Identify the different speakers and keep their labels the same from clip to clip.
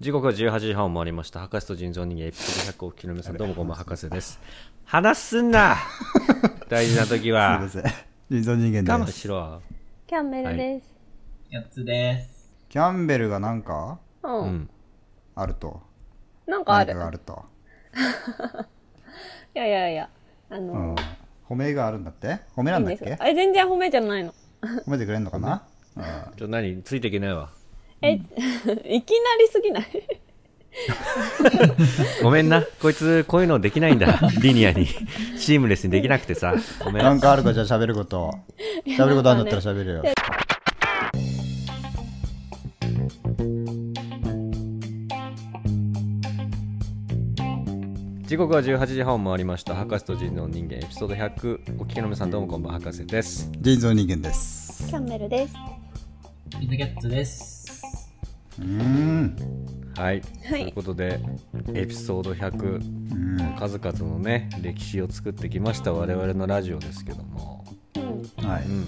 Speaker 1: 時刻は18時半を回りました博士と人造人間エピソード100をお聞きの皆さんどうもこんばんは博士です話すん な大事な時
Speaker 2: すいま
Speaker 1: は
Speaker 2: せん。人造人間
Speaker 1: 我
Speaker 2: で
Speaker 1: 慢
Speaker 2: す。
Speaker 1: しろ
Speaker 3: キャンベルです。
Speaker 4: やつです。
Speaker 2: キャンベルがなんか
Speaker 3: う。
Speaker 1: うんん
Speaker 2: あると。
Speaker 3: なんかあ
Speaker 2: 何
Speaker 3: る。
Speaker 2: かがあると。
Speaker 3: いやいやいや。あ
Speaker 2: う
Speaker 3: の
Speaker 2: ん。褒めがあるんだって褒めな
Speaker 3: ー、
Speaker 2: いん
Speaker 3: いん
Speaker 2: だっ
Speaker 3: です
Speaker 2: け
Speaker 3: よ。え、全然褒めじゃないの。
Speaker 2: 褒めてくれんのかなうん。
Speaker 1: ちょ何ついていけないわ
Speaker 3: え、 いきなりすぎない
Speaker 1: ごめんなこいつこういうのできないんだリニアに シームレスにできなくてさごめん
Speaker 2: なんかあるかじゃあ喋ること。喋ることあるんだったら喋るよ。
Speaker 1: 時刻は18時半を回りました博士と人造人間エピソード100お聞きの皆さんどうもこんばんは博士です
Speaker 2: 人造人間です。
Speaker 3: キャンベルです。
Speaker 4: ピザキャッツです。
Speaker 2: うーん。
Speaker 1: はい、
Speaker 3: は
Speaker 1: という
Speaker 3: い。
Speaker 1: ことでエピソード100
Speaker 2: うん。
Speaker 1: 数々のね歴史を作ってきました我々のラジオですけども
Speaker 3: うん。
Speaker 2: はい。
Speaker 1: うん、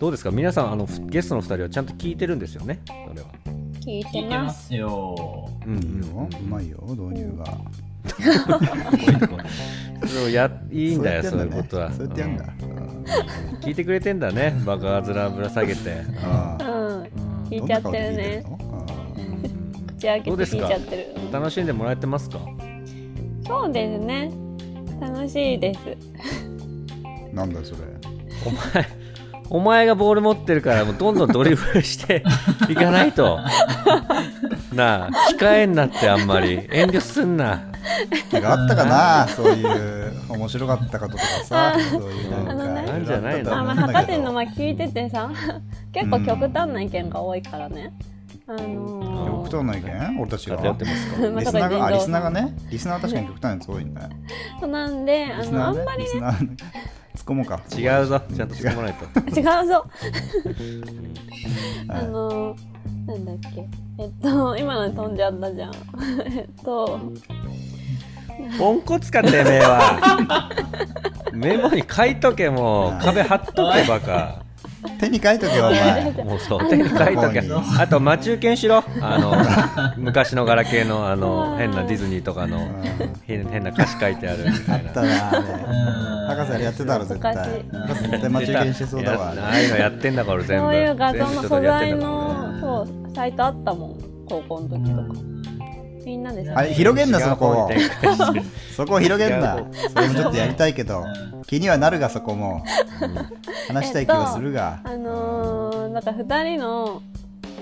Speaker 1: どうですか皆さんあのふゲストの2人はちゃんと聞いてるんですよねそれは、
Speaker 3: 聞い
Speaker 4: 聞
Speaker 3: て
Speaker 4: いて
Speaker 3: ま。
Speaker 4: ますすよ。
Speaker 1: うん
Speaker 2: いいよ。うまいよ、導入が。
Speaker 1: それをやいいんだよそう
Speaker 2: やって
Speaker 1: いうことは
Speaker 2: そうやってやんだ。
Speaker 1: うん聞いてくれてんだねバカずらぶら下げて、
Speaker 2: あ
Speaker 3: う
Speaker 2: あ
Speaker 3: ん。
Speaker 1: うん
Speaker 3: 聞いちゃってるね。
Speaker 2: どんな顔で聞いて
Speaker 1: う
Speaker 2: んの
Speaker 1: ん
Speaker 3: 口開け
Speaker 1: どう
Speaker 3: て
Speaker 1: です
Speaker 3: 聞
Speaker 1: か
Speaker 3: いちゃってる。うん
Speaker 1: 楽しんでもらえてますか
Speaker 3: そうですね。楽しいです。
Speaker 2: ああなんだそれ。
Speaker 1: お前お前がボール持ってるからもうどんどんドリブルして いかないとなあ控えんなってあんまり遠慮すんな
Speaker 2: なんかあったかな、そういう面白かったこととかさ、そういうなんか
Speaker 3: あのね
Speaker 1: なんじゃないの
Speaker 3: あ、まあ、
Speaker 2: なんだ
Speaker 3: 博
Speaker 2: け
Speaker 3: 士
Speaker 2: ど
Speaker 3: のまあ聞いててさ、 結構極端な意見が多いからね。あの
Speaker 2: 極
Speaker 3: ー、
Speaker 2: 端な意見俺たちが
Speaker 1: 偏ってますか
Speaker 3: まあ
Speaker 2: リスナーがあ
Speaker 3: 特に人造
Speaker 2: リスナーがねリスナーは確かに極端なやつ多いんだね
Speaker 3: そうなんで、あ
Speaker 2: リス
Speaker 3: の、
Speaker 2: ナ
Speaker 3: あ
Speaker 2: ー
Speaker 3: ん
Speaker 2: ね
Speaker 3: ま
Speaker 2: リ
Speaker 3: りね、
Speaker 2: スナーね突っ込もうか
Speaker 1: 違うぞちゃんと突っ込まないと
Speaker 3: 違うぞ。
Speaker 2: は
Speaker 3: あ
Speaker 2: い
Speaker 3: のー、なんだっけ。えっと、今の飛んじゃったじゃん。 えっと、
Speaker 1: ポンコツかてめえはメモに書いとけもう壁貼っとけバカ
Speaker 2: 手に書いとけよお 前
Speaker 1: もうそう手に書いとけ
Speaker 2: ここ
Speaker 1: あと待ち受けにしろあの昔のガラケーのあの変なディズニーとかの
Speaker 2: うん
Speaker 1: 変変な歌詞書いてあるみ
Speaker 2: あ
Speaker 1: たい
Speaker 2: った
Speaker 1: な
Speaker 2: なあ
Speaker 4: うん
Speaker 2: れ博士あれやってたろ絶対
Speaker 3: おかしい
Speaker 2: 博士絶対待ち受けにしてそうだわ
Speaker 1: やあ
Speaker 2: あ
Speaker 1: あいうのやってんだから俺全部
Speaker 3: そういう画像の素
Speaker 1: 全
Speaker 3: 材
Speaker 1: 部ちょっとやってんだから
Speaker 3: の、そう、サイトあったもん。高校の時とか。みんなでさ、
Speaker 2: れ広げんなそこを
Speaker 1: 違う方に展開して
Speaker 2: そこを 広げんな
Speaker 1: 違う
Speaker 2: それもちょっとやりたいけど 気にはなるがそこも話したい気はするが
Speaker 3: あのー、なんか2人の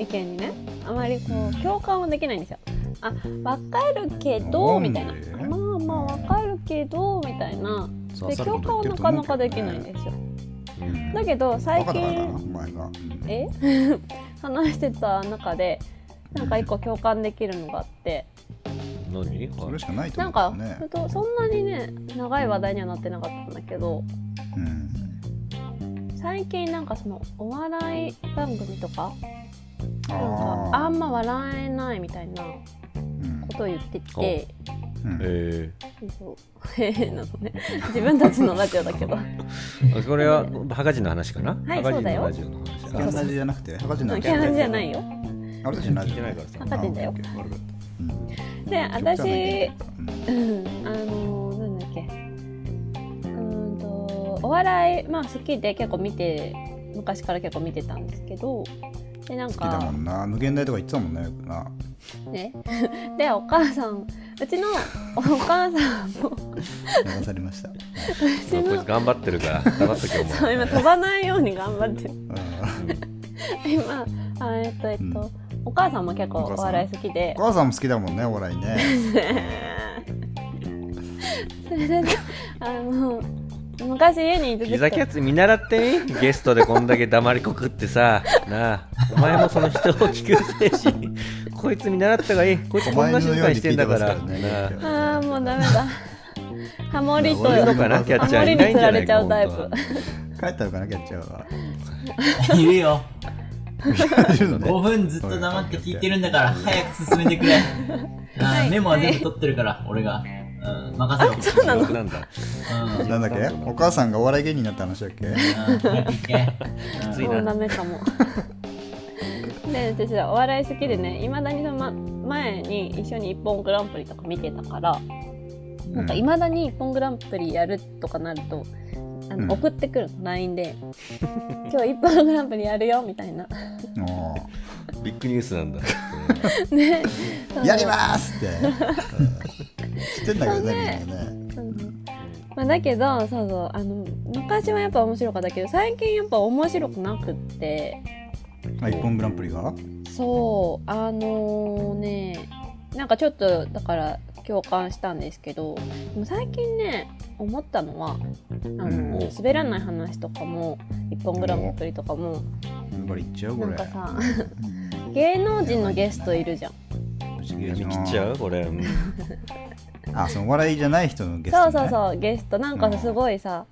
Speaker 3: 意見にね、あまりこう、共感はできないんですよ。あ、わかるけど、
Speaker 2: なん
Speaker 3: み
Speaker 2: で
Speaker 3: たいな。まあまあ、わかるけど、みたいな。
Speaker 2: そう
Speaker 3: で、
Speaker 2: そういう
Speaker 3: 共
Speaker 2: こ
Speaker 3: 感
Speaker 2: と
Speaker 3: は
Speaker 2: 言
Speaker 3: な
Speaker 2: ってると思う
Speaker 3: かな
Speaker 2: けどね
Speaker 3: かできないんですよ。
Speaker 2: うん
Speaker 3: だけど、最
Speaker 2: バカだからな
Speaker 3: 近
Speaker 2: お、前がうん
Speaker 3: え 話してた中でなんか一個共感できるのがあって
Speaker 1: 何
Speaker 2: そ
Speaker 1: は
Speaker 2: れ
Speaker 1: い
Speaker 2: しかないと
Speaker 3: な
Speaker 2: 思
Speaker 3: ん
Speaker 2: うけどね
Speaker 3: か、ほんとそんなにね長い話題にはなってなかったんだけど
Speaker 2: うん
Speaker 3: 最近なんかそのお笑い番組とか
Speaker 2: あ
Speaker 3: なん
Speaker 2: ー
Speaker 3: かあんま笑えないみたいなこ
Speaker 2: うん
Speaker 3: とを言ってて
Speaker 2: うん
Speaker 1: え
Speaker 3: そう なのね自分たちのラジオだ けど
Speaker 1: ー、これは博士の話かな、
Speaker 3: はい
Speaker 1: 博士
Speaker 3: そうだよ
Speaker 1: のラジオの話
Speaker 2: キャンラジじゃなくて博士の
Speaker 3: キャラじゃないいよ
Speaker 2: 俺たちのラ
Speaker 1: 聞
Speaker 2: ジオ
Speaker 1: いてないからさ
Speaker 3: 博士だよ
Speaker 2: あオッケーオッケー
Speaker 3: で
Speaker 2: 悪かった
Speaker 3: 私
Speaker 2: うん
Speaker 3: うんあのー、なんだっけうーんとお笑いまあ好きで結構見て昔から結構見てたんですけどでなん
Speaker 2: 好きだも
Speaker 3: か
Speaker 2: んな無限大とか言ってたもんねよくな
Speaker 3: ね でお母さんうちのお母さんも
Speaker 2: 流されましたう
Speaker 3: うち
Speaker 1: こい
Speaker 3: の
Speaker 1: つ頑張ってるから黙っとけお
Speaker 3: そう
Speaker 1: 前
Speaker 3: 今飛ばないように頑張ってる
Speaker 2: ん
Speaker 3: 今あえっとえっと、
Speaker 2: うん
Speaker 3: お母さんも結構
Speaker 2: お母
Speaker 3: お
Speaker 2: さん
Speaker 3: 笑い好きで
Speaker 2: お母さんも好きだもんねお笑いね
Speaker 3: それでねあの昔家にいた時
Speaker 1: ピザキャッツ見習ってみゲストでこんだけ黙りこくってさなあお前もその人を聞く精神こいつ見習ったがいいこいつこんな静かにしてんだから
Speaker 2: お前のように聞い
Speaker 1: な
Speaker 2: てま
Speaker 1: あ
Speaker 2: すからね
Speaker 3: ああもうダメだハモリと
Speaker 1: いるのかなキャッチャ
Speaker 3: ハモ
Speaker 1: ー
Speaker 3: リ
Speaker 1: い
Speaker 3: に
Speaker 1: ないん
Speaker 3: 釣
Speaker 1: じゃな
Speaker 3: られ
Speaker 1: い
Speaker 3: ちゃ
Speaker 1: か
Speaker 3: うタイプ
Speaker 1: 本
Speaker 2: 帰ったのかなキャッチャーは
Speaker 4: いるよ。
Speaker 2: いるの ね
Speaker 4: 5分ずっと黙って聞いてるんだから、早く進めてく れ。
Speaker 3: は
Speaker 4: あ
Speaker 3: い
Speaker 4: メモは全部取ってるから、俺が。うん、任せろ。
Speaker 3: そうな
Speaker 1: 当
Speaker 3: の
Speaker 1: はなんだ
Speaker 4: うん。
Speaker 2: なんだっけお母さんがお笑い芸人になった話だっけ
Speaker 4: うん早く行け。
Speaker 1: きつい
Speaker 3: もうダ
Speaker 1: な
Speaker 3: メかも。 で私はお笑い好きでねいまだにその、ま、前に一緒に「一本グランプリ」とか見てたからなんかいまだに「一本グランプリ」やるとかなるとあの、
Speaker 2: うん
Speaker 3: 送ってくるの LINE で 「今日一本グランプリやるよ」みたいな
Speaker 2: おー
Speaker 1: ビッグニュースなんだ。
Speaker 3: ね
Speaker 2: やります って、うん知ってんだけどねみんなね
Speaker 3: そのまあ、だけどそうそうあの昔はやっぱ面白かったけど最近やっぱ面白くなくって
Speaker 2: あ一本グランプリが
Speaker 3: そうあのねなんかちょっとだから共感したんですけどでも最近ね思ったのはあの、
Speaker 1: うん
Speaker 3: 滑らない話とかも「一本グランプリ」とかも
Speaker 2: これいっちゃうこ
Speaker 3: なん
Speaker 2: れ
Speaker 3: かさ芸能人のゲストいるじゃん。
Speaker 1: 読み切っちゃうこれ。うん
Speaker 2: あそのお笑いじゃない人のゲス
Speaker 3: そ
Speaker 2: ト、
Speaker 3: う
Speaker 2: ね、
Speaker 3: そうそうゲストなんか
Speaker 2: う
Speaker 3: さ
Speaker 2: ん
Speaker 3: すごいさ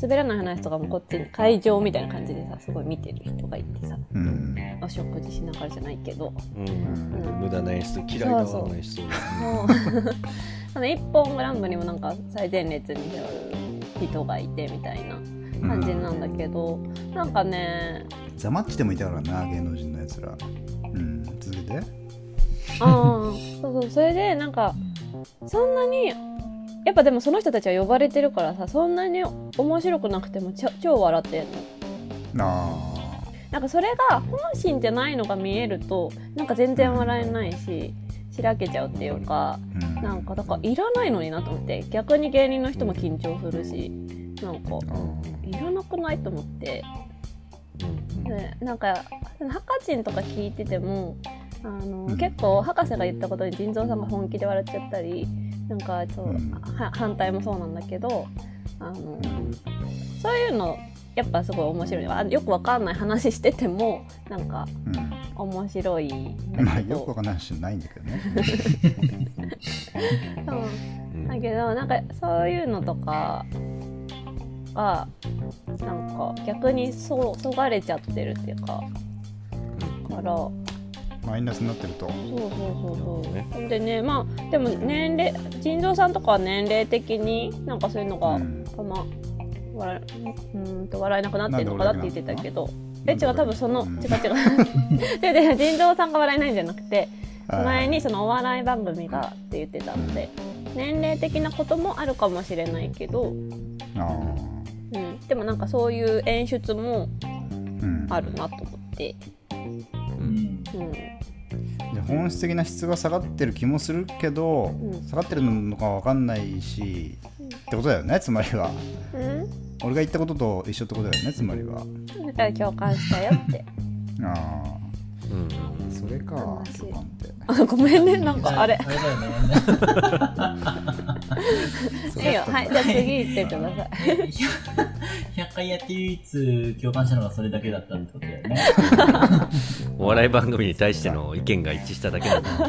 Speaker 3: 滑らない話とかもこっち会場みたいな感じでさすごい見てる人がいてさ
Speaker 2: うん
Speaker 3: お食事しながらじゃないけど
Speaker 1: うん無駄な演出嫌いだわ
Speaker 3: そ
Speaker 1: あ
Speaker 3: うそう
Speaker 1: の演出。
Speaker 3: もう その一本グランプリもなんか最前列に座る人がいてみたいな感じなんだけど、なんかね
Speaker 2: ざまっちでもいたからな芸能人のやつらうん続けて
Speaker 3: ああそうそうそれでなんかそんなにやっぱでもその人たちは呼ばれてるからさそんなに面白くなくてもちょ超笑ってんの
Speaker 2: あ
Speaker 3: なんかそれが本心じゃないのが見えるとなんか全然笑えないししらけちゃうっていうか
Speaker 2: ーうん
Speaker 3: なんかだからいらないのになと思って逆に芸人の人も緊張するしなんかいらなくないと思ってでなんかハカチンとか聞いててもあの、
Speaker 2: うん
Speaker 3: 結構博士が言ったことに腎臓さんが本気で笑っちゃったりなんかそう、
Speaker 2: うん
Speaker 3: は反対もそうなんだけどあの
Speaker 2: うん
Speaker 3: そういうのやっぱすごい面白いあよくわかんない話しててもなんか
Speaker 2: う
Speaker 3: 面白いん
Speaker 2: ん
Speaker 3: だ
Speaker 2: まあ
Speaker 3: け
Speaker 2: よく
Speaker 3: ど
Speaker 2: わ、かんない話じゃないんだけどね
Speaker 3: うん、だけどなんかそういうのとかがなんか逆にそそがれちゃってるっていうかから。
Speaker 2: マイナスになってると
Speaker 3: そうそうそうそう。
Speaker 1: なる
Speaker 3: ほんでね、まあでも年齢、腎臓さんとかは年齢的になんかそういうのが、
Speaker 2: うん
Speaker 3: あんま笑いうーんと笑えなくなってるのかなって言ってたけど、
Speaker 2: なん
Speaker 3: え違う
Speaker 2: で俺
Speaker 3: 多分その、
Speaker 2: うん
Speaker 3: 違う違う 違う違う腎臓さんが笑えないんじゃなくて、
Speaker 2: あー
Speaker 3: 前にそのお笑い番組がって言ってたので、年齢的なこともあるかもしれないけど、うん、
Speaker 2: あ
Speaker 3: でもなんかそういう演出も
Speaker 2: ーうん
Speaker 3: あるなと思って、
Speaker 4: うん
Speaker 3: うん
Speaker 2: じゃあ本質的な質が下がってる気もするけど、
Speaker 3: うん
Speaker 2: 下がってるのかわかんないし、ってことだよねつまりは
Speaker 3: う
Speaker 2: 俺が言ったことと一緒ってことだよねつまりは
Speaker 3: ん、だから共感したよって。
Speaker 2: あ
Speaker 1: うん
Speaker 2: あそれか
Speaker 3: 話
Speaker 2: 共感 って
Speaker 3: あごめんね、なんかあれ。
Speaker 4: それだよね。
Speaker 2: そう
Speaker 3: いいよ、はい、じゃあ次行ってください。
Speaker 4: 100回やって唯一共感したのがそれだけだったってことだよ ね。
Speaker 1: お笑い番組に対しての意見が一致しただけなんだ。
Speaker 2: ほ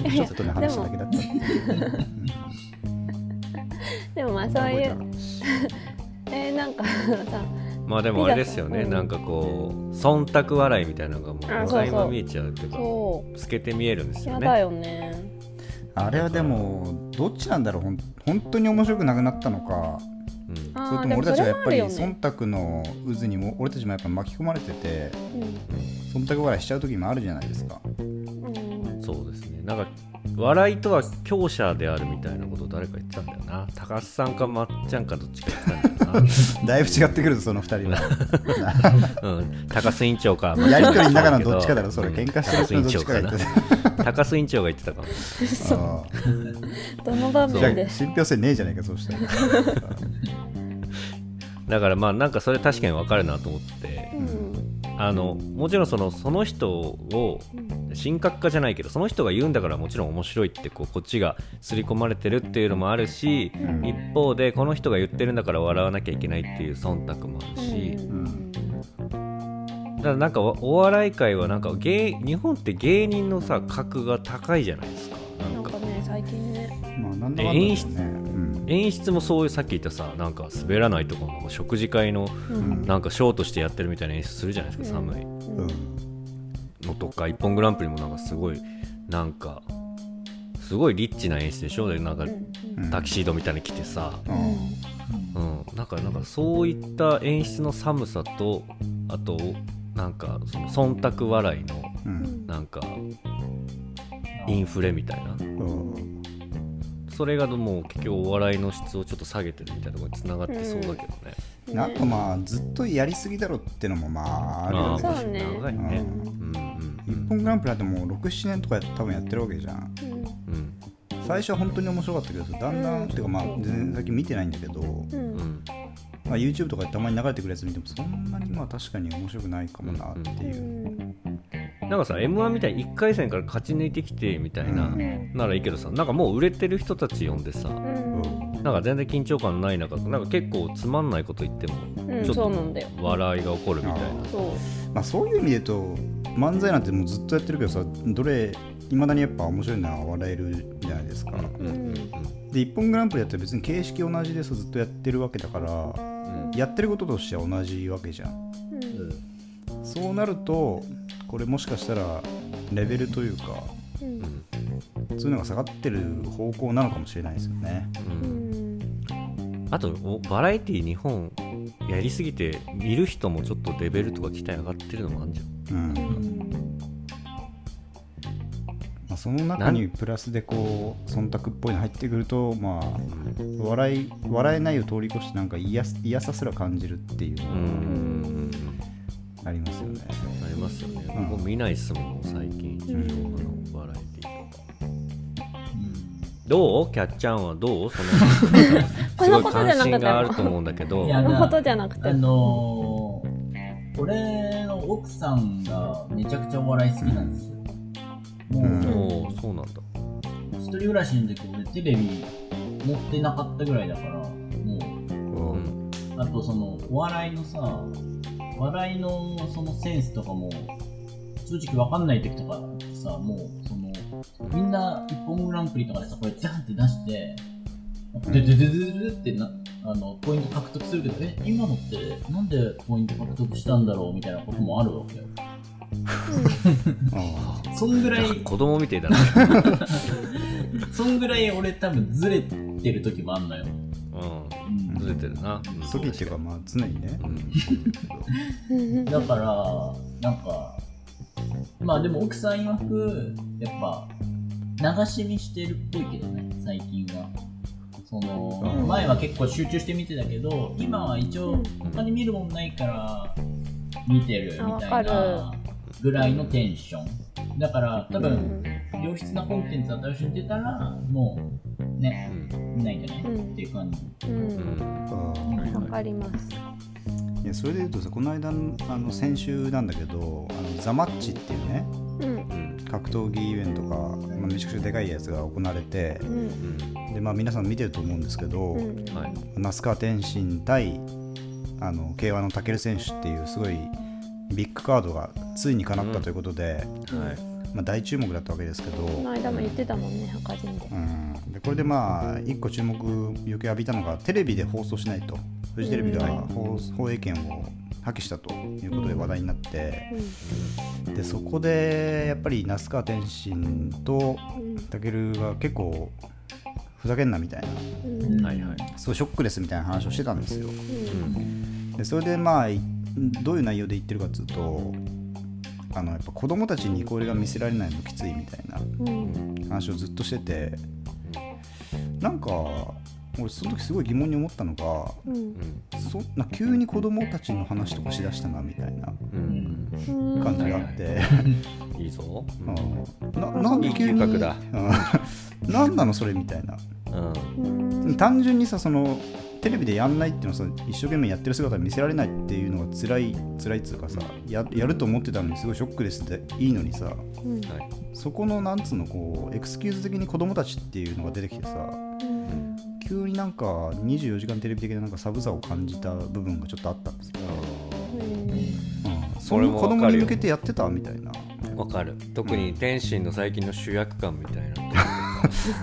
Speaker 2: んとちょっとの話だけだったって
Speaker 3: でもまあそういう、えー、なんかさ、
Speaker 1: まあでもあれですよねなんかこう忖度笑いみたいなのがもう
Speaker 3: あそうそう
Speaker 1: 笑いも見えちゃうっていうか
Speaker 3: そ
Speaker 1: 透けて見えるんです
Speaker 3: う、
Speaker 1: よ
Speaker 3: や
Speaker 1: ね
Speaker 3: だよね。
Speaker 2: あれはでもどっちなんだろうほん本当に面白くなくなったのか
Speaker 1: うん
Speaker 3: あ
Speaker 2: それ
Speaker 3: ー
Speaker 2: とも俺たちがやっぱり
Speaker 3: でもそれも
Speaker 2: 忖度の渦にも俺たちもやっぱ巻き込まれてて
Speaker 3: あるよね
Speaker 2: 忖度笑いしちゃう時もあるじゃないですか
Speaker 3: うんうん
Speaker 1: そうですねなんか笑いとは強者であるみたいなことを誰か言ってたんだよな高須さんかまっちゃんかどっちか言ってたん だよ
Speaker 2: だいぶ違ってくるぞその二人は
Speaker 1: な、うん、高須委員長かまっち
Speaker 2: や
Speaker 1: ゃん
Speaker 2: り
Speaker 1: か
Speaker 2: 取りの中のどっちかだろそれ
Speaker 1: うん
Speaker 2: 喧嘩してる人のどっちかが言ってた
Speaker 1: 高須委員長が言ってたかも
Speaker 2: あー
Speaker 3: どの場
Speaker 2: じゃ
Speaker 3: 面で
Speaker 2: あ。信憑性ねえじゃねえかそうしたら
Speaker 1: だからまあなんかそれ確かに分かるなと思って
Speaker 3: うん
Speaker 1: あのもちろんそのその人を神格化じゃないけどその人が言うんだからもちろん面白いってこうこっちが刷り込まれてるっていうのもあるし
Speaker 2: ん
Speaker 1: 一方でこの人が言ってるんだから笑わなきゃいけないっていう忖度もあるし、
Speaker 3: うん
Speaker 1: だからなんかおお笑い界はなんか芸日本って芸人のさ格が高いじゃないですかな
Speaker 3: なんん
Speaker 1: か
Speaker 3: かね、最近ね、
Speaker 2: まあなんだかんだだよ
Speaker 1: 演出
Speaker 2: ねうん
Speaker 1: 演出もそういうさっき言ったさなんか滑らないとかも食事会の
Speaker 3: うん
Speaker 1: なんかショーとしてやってるみたいな演出するじゃないですか
Speaker 3: うん
Speaker 1: 寒い
Speaker 2: うん
Speaker 1: のとか「一本グランプリ」もなんかすごいなんかすごいリッチな演出でしょでなんか
Speaker 2: うん
Speaker 1: タキシードみたいに着てさ、
Speaker 2: うん
Speaker 1: うん、なんかなんかそういった演出の寒さとあとなんかその忖度笑いの
Speaker 2: うん
Speaker 1: なんかインフレみたいな
Speaker 2: うん
Speaker 1: それがもう結局お笑いの質をちょっと下げてるみたいなところに繋がってそうだけどね、
Speaker 2: なんかまあずっとやりすぎだろってのもまあある
Speaker 1: ま
Speaker 2: よ
Speaker 1: あ
Speaker 2: ね
Speaker 3: そうね
Speaker 1: 長いねうんう
Speaker 2: 日
Speaker 1: ん
Speaker 2: 本グランプリだってもう67年とか多分やってるわけじゃん
Speaker 1: うん
Speaker 2: 最初は本当に面白かったけどだんだん、
Speaker 3: うん
Speaker 2: てかまあ全然最近見てないんだけど、
Speaker 3: うん
Speaker 1: うんうん
Speaker 2: まあ、YouTube とかでたまに流れてくるやつ見てもそんなにまあ確かに面白くないかもなって
Speaker 3: う
Speaker 2: いう、
Speaker 3: ん
Speaker 1: なんかさ m 1みたいに1回戦から勝ち抜いてきてみたいな、
Speaker 2: うん
Speaker 1: ならいいけどさなんかもう売れてる人たち呼んでさ
Speaker 3: うん
Speaker 1: なんか全然緊張感ない中なんか結構つまんないこと言っても
Speaker 3: うん
Speaker 1: ちょっ
Speaker 3: そ
Speaker 1: と
Speaker 3: うなんだよ
Speaker 1: 笑いが起こるみたいな、
Speaker 3: そう
Speaker 2: まあ、そういう意味で言うと漫才なんてもうずっとやってるけどさどれいまだにやっぱ面白いのは笑えるじゃないですか、
Speaker 1: うんうんうん
Speaker 2: で「一本グランプリ」だって別に形式同じですずっとやってるわけだから
Speaker 1: うん
Speaker 2: やってることとしては同じわけじゃん
Speaker 3: うん
Speaker 2: そうなるとこれもしかしたらレベルというか
Speaker 3: うん
Speaker 1: うん
Speaker 2: そういうのが下がってる方向なのかもしれないですよね
Speaker 1: うん
Speaker 3: うん
Speaker 1: あとおバラエティー日本やりすぎて見る人もちょっとレベルとか期待上がってるのもあるじゃん
Speaker 2: うん、まあ、その中にプラスでこう忖度っぽいの入ってくるとまあ笑い笑えないを通り越してなんか嫌す嫌さすら感じるっていう
Speaker 1: うんう
Speaker 2: の
Speaker 1: ん
Speaker 2: がありますよね、
Speaker 1: ありますよね、
Speaker 2: うん
Speaker 1: もう見ないっすもん最近地上波のバラエティーとかどうキャッチャンはどうその
Speaker 3: こ
Speaker 1: す
Speaker 3: ん
Speaker 1: ご
Speaker 3: ないことじゃな
Speaker 1: 関心
Speaker 3: くても
Speaker 1: があると思うんだけど
Speaker 4: いや
Speaker 3: このことじゃなくて
Speaker 4: あのー、俺の奥さんがめちゃくちゃお笑い好きなんですよ。も
Speaker 1: おおそうなんだ
Speaker 4: う、一人暮らしの時俺テレビ持ってなかったぐらいだから、もう、
Speaker 1: う
Speaker 2: こ
Speaker 1: ん
Speaker 4: あとその、お笑いのさ、笑いのそのセンスとかも、正直わかんない時とかってさ、もう、その、みんな一本グランプリとかでさ、これジャンって出して、ででででででってな、あの、ポイント獲得するけど、え、今のってなんでポイント獲得したんだろうみたいなこともあるわけよ。
Speaker 2: あ
Speaker 4: そん ぐら
Speaker 1: なんか
Speaker 4: い、
Speaker 1: 子供みてえだな
Speaker 4: そんぐらい俺多分ずれてる時もあんのよ。
Speaker 1: う
Speaker 4: うんん
Speaker 1: ずれてるなうん
Speaker 2: あ時っていうかまあ常にね
Speaker 1: うん
Speaker 3: うん
Speaker 4: だから、なんか、まあでも奥さん曰く、やっぱ、流し見してるっぽいけどね、最近は。その、
Speaker 2: うん
Speaker 4: 前は結構集中して見てたけど、今は一応、他に見るもんないから、見てるみ
Speaker 3: あ
Speaker 4: た
Speaker 3: わか
Speaker 4: い
Speaker 3: る
Speaker 4: なぐらいのテンション。だから、多分、良質なコンテンツ新しいの出たら、もう、ね、見ないんじゃない、
Speaker 3: うん
Speaker 4: っていう感じ。
Speaker 3: うん
Speaker 1: うんうん
Speaker 2: あ
Speaker 4: う
Speaker 3: わ
Speaker 4: ん
Speaker 3: かります
Speaker 2: いやそれで言うとさこの間のあの先週なんだけどあのザ・マッチっていうね
Speaker 3: うん
Speaker 1: うん
Speaker 2: 格闘技イベントが、まあ、めちゃくちゃでかいやつが行われて
Speaker 3: うん
Speaker 2: で、まあ、皆さん見てると思うんですけど、
Speaker 3: うん
Speaker 1: うんはい
Speaker 2: 那須川天心対あの k 1の武尊選手っていうすごいビッグカードがついに叶ったということで、
Speaker 1: はい
Speaker 2: まあ、大注目だったわけですけど、
Speaker 3: この間も言ってたもんね赤人で
Speaker 2: うん、でこれでまあ一個注目余計浴びたのがテレビで放送しないとフジテレビが
Speaker 3: うん
Speaker 2: 放放映権を破棄したということで話題になって
Speaker 3: う
Speaker 2: でそこでやっぱり那須川天心と
Speaker 3: ん
Speaker 2: 武尊が結構ふざけんなみたいな
Speaker 3: うん
Speaker 4: うん
Speaker 1: はいはい
Speaker 2: すごいショックですみたいな話をしてたんですよ
Speaker 3: うん
Speaker 2: でそれでまあいどういう内容で言ってるかっていうとあのやっぱ子供たちにこれが見せられないのきついみたいな
Speaker 3: うん
Speaker 2: 話をずっとしててなんか俺その時すごい疑問に思ったのが
Speaker 3: うん
Speaker 1: うん
Speaker 2: そんな急に子供たちの話とかしだしたなみたいな
Speaker 1: うん
Speaker 3: うん
Speaker 2: 感じがあって、
Speaker 1: いいぞ
Speaker 2: う
Speaker 1: うん
Speaker 2: ん、ななんで急
Speaker 1: いい
Speaker 2: に
Speaker 1: 嗅覚だ
Speaker 2: うんなんなのそれみたいな
Speaker 1: うん
Speaker 3: うん
Speaker 2: 単純にさそのテレビでやんないっていうのさ一生懸命やってる姿見せられないっていうのが辛い辛いっつうかさややると思ってたのにすごいショックですっていいのにさ
Speaker 3: うん
Speaker 1: はい
Speaker 2: そこのなんつうのこうエクスキューズ的に子供たちっていうのが出てきてさ
Speaker 3: うん
Speaker 2: 急になんか24時間テレビ的ななんか寒さを感じた部分がちょっとあったんですよ、うん、そ
Speaker 1: 俺
Speaker 2: の
Speaker 1: も
Speaker 2: 子
Speaker 1: わかるよ
Speaker 2: 供に向けてやってたみたいな
Speaker 1: わかる特に天心の最近の主役感みたいなの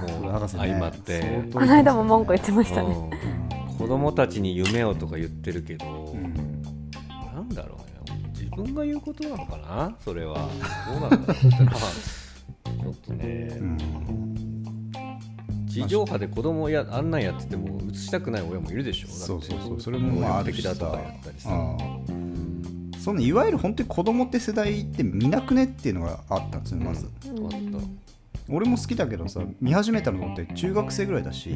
Speaker 1: とかもう
Speaker 2: 博士ね
Speaker 1: 相まって、
Speaker 2: 相当
Speaker 3: この間も文句言ってましたね。
Speaker 1: うん子供たちに夢をとか言ってるけど、
Speaker 2: うんうん
Speaker 1: なんだろうね自分が言うことなのかなそれはどうなんだろうってのはちょっとね、
Speaker 2: うん
Speaker 1: 地上波で子供やあんなんやってても映したくない親もいるでしょだって
Speaker 2: そうそうそうそれもまああ
Speaker 1: 暴
Speaker 2: る
Speaker 1: 力
Speaker 2: し
Speaker 1: 的だ
Speaker 2: さ
Speaker 1: とかやったりさ
Speaker 2: ああそのいわゆる本当に子供って世代って見なくねっていうのがあったんですよまず、
Speaker 1: うん
Speaker 2: 俺も好きだけどさ見始めたのって中学生ぐらいだし、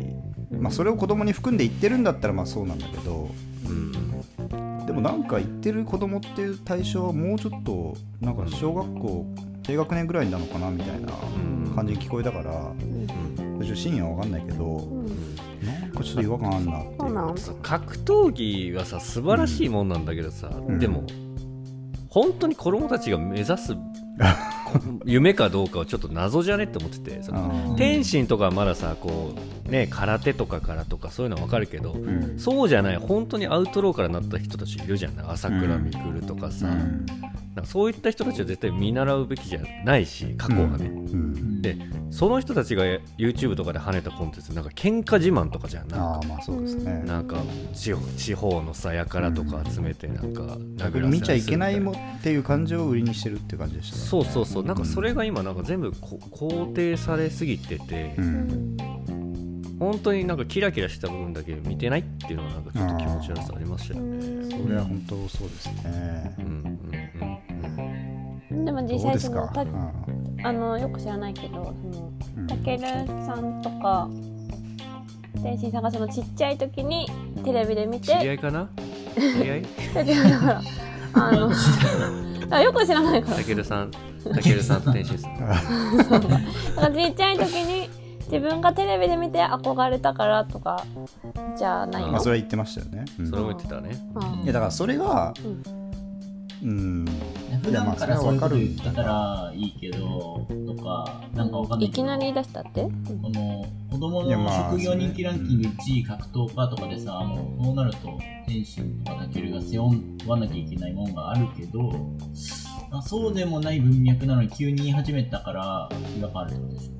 Speaker 2: まあ、それを子供に含んで言ってるんだったらまあそうなんだけど
Speaker 1: うん
Speaker 2: でもなんか言ってる子供っていう対象はもうちょっとなんか小学校低学年ぐらいなのかなみたいな
Speaker 1: うん
Speaker 2: 感じに聞こえたから
Speaker 1: うん
Speaker 2: 私深夜は分かんないけどなんかちょっと違和感あんなって
Speaker 3: そうなん
Speaker 1: そう格闘技はさ素晴らしいもんなんだけどさ、
Speaker 2: ん
Speaker 1: でも本当に子供たちが目指 すこ夢かどうかはちょっと謎じゃねって思っててその
Speaker 2: あー
Speaker 1: 天心とかはまださこう、ね、空手とかからとかそういうのは分かるけど
Speaker 2: うん
Speaker 1: そうじゃない本当にアウトローからなった人たちいるじゃない朝倉未来とかさ、
Speaker 2: うん
Speaker 1: なんかそういった人たちは絶対見習うべきじゃないし過去はね、
Speaker 2: うん
Speaker 1: でその人たちが YouTube とかで跳ねたコンテンツなんか喧嘩自慢とかじゃんなんか
Speaker 2: ああまあそうですね
Speaker 1: なんか地方地方のさやからとか集めてなんか殴らせ
Speaker 2: 見ちゃいけないもん
Speaker 1: ん
Speaker 2: っていう感じを売りにしてるって感じでしたね
Speaker 1: そうそうそうなんかそれが今なんか全部こ肯定されすぎてて、
Speaker 2: うん
Speaker 1: 本当になんかキラキラした部分だけ見てないっていうのはなんかちょっと気持ち悪さありましたよね。
Speaker 2: それは本当そうですね
Speaker 1: うんうんうん
Speaker 3: でも
Speaker 2: どう
Speaker 3: 実
Speaker 2: で
Speaker 3: 際
Speaker 2: す
Speaker 3: その
Speaker 2: か
Speaker 3: たあのよく知らないけどその
Speaker 2: うん
Speaker 3: たけるさんとか天心さんがそのちっちゃい時にテレビで見
Speaker 1: 知り合
Speaker 3: て
Speaker 1: いかな知り合 い
Speaker 3: だからあのあよく知らないから
Speaker 1: たけるさんたけるさんと天心さん。
Speaker 3: なんかちっちゃい時に自分がテレビで見て憧れたからとかじゃない
Speaker 2: うん
Speaker 3: の
Speaker 2: まあそれは言ってましたよねうん
Speaker 1: それも言ってたね。
Speaker 3: うん
Speaker 2: いやだからそれが
Speaker 3: うん
Speaker 2: うん
Speaker 4: 普段からそういうこと言ってたらいいけどとかなんかわかんない
Speaker 3: い
Speaker 4: けど
Speaker 3: きなり言い出したって、うん
Speaker 4: この子供
Speaker 2: いやまあ
Speaker 4: の職業人気ランキング1位格闘家とかでさ、もうそうなると天心とかだけるが背負わなきゃいけないもんがあるけど、あそうでもない文脈なのに急に言い始めたから違和感あるってことでし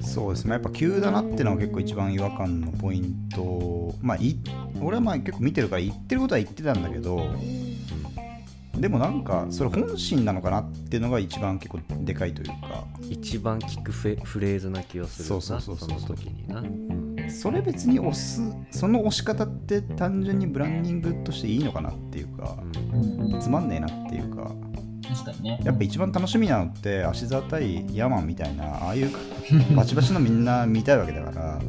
Speaker 2: そうですねやっぱ急だなってのが結構一番違和感のポイントまあい俺はまあ結構見てるから言ってることは言ってたんだけどでもなんかそれ本心なのかなっていうのが一番結構でかいというか
Speaker 1: 一番聞くフェフレーズな気がするな
Speaker 2: そうそうそうそ
Speaker 1: の
Speaker 2: う
Speaker 1: 時にな。うん
Speaker 2: それ別に押すその押し方って単純にブランディングとしていいのかなっていうか
Speaker 4: ょ。うんうん
Speaker 2: つまんねえなっていうか
Speaker 4: 確かにね。
Speaker 2: やっぱ一番楽しみなのって芦沢対ヤマンみたいなああいうバチバチのみんな見たいわけだから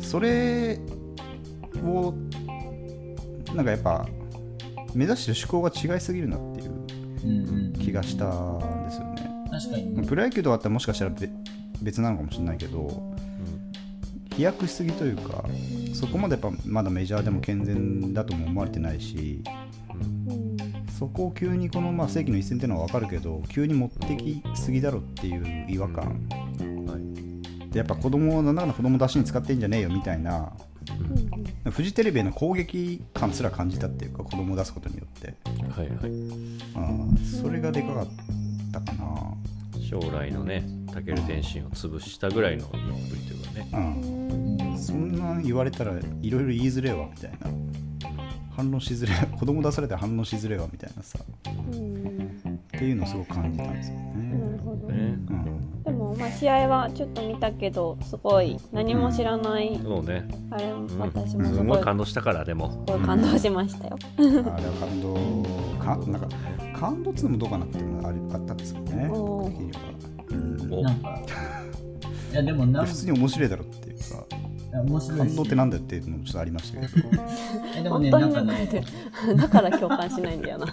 Speaker 2: それをなんかやっぱ目指してる思考が違いすぎるなっていう
Speaker 4: うんうん、
Speaker 2: 気がしたんですよね。
Speaker 4: 確かにね。
Speaker 2: プロ野球とかだったらもしかしたらべ別なのかもしれないけど飛躍しすぎというかそこまでやっぱまだメジャーでも健全だとも思われてないしそこを急にこのまあ世紀の一戦っていうのは分かるけど急に持ってきすぎだろっていう違和感、
Speaker 1: うんはい
Speaker 2: でやっぱ子供の中の子供出しに使ってんじゃねえよみたいなフジテレビへの攻撃感すら感じたっていうか子供を出すことによって、
Speaker 1: はいはい。
Speaker 2: うん、それがでかかったかな、
Speaker 1: 将来のね、たける天心を潰したぐらいの言いっぷりというかね。
Speaker 2: うん、そんなん言われたらいろいろ言いづれえわみたいな反論しづれえ子供出されて反論しづれえわみたいなさっていうのをすごく感じたんですよね、
Speaker 1: ね
Speaker 2: うん、
Speaker 3: でもまあ試合はちょっと見たけどすごい何も知らない、
Speaker 1: そうね、
Speaker 3: あれも
Speaker 1: うん
Speaker 3: 私も
Speaker 1: す
Speaker 3: す
Speaker 1: ご
Speaker 3: ご
Speaker 1: い
Speaker 3: い
Speaker 1: 感動したから、でも。
Speaker 3: すごい感動しましたよ。
Speaker 2: あれは感動かなんか感動っつうのもどうかなっていうのがあれあったんですよねで
Speaker 3: おー
Speaker 2: きれば、うん
Speaker 1: お
Speaker 4: なん か、いやでもなん
Speaker 2: で普通に面白いだろっていうか
Speaker 4: 面白い
Speaker 2: 感
Speaker 4: し
Speaker 2: 動ってなんだよっていうのもちょっとありましたけど
Speaker 4: えでも
Speaker 3: 本
Speaker 4: ね、
Speaker 3: 当
Speaker 4: なん
Speaker 3: に
Speaker 4: か
Speaker 3: 泣いて
Speaker 4: ね
Speaker 3: る、だから共感しないんだよな。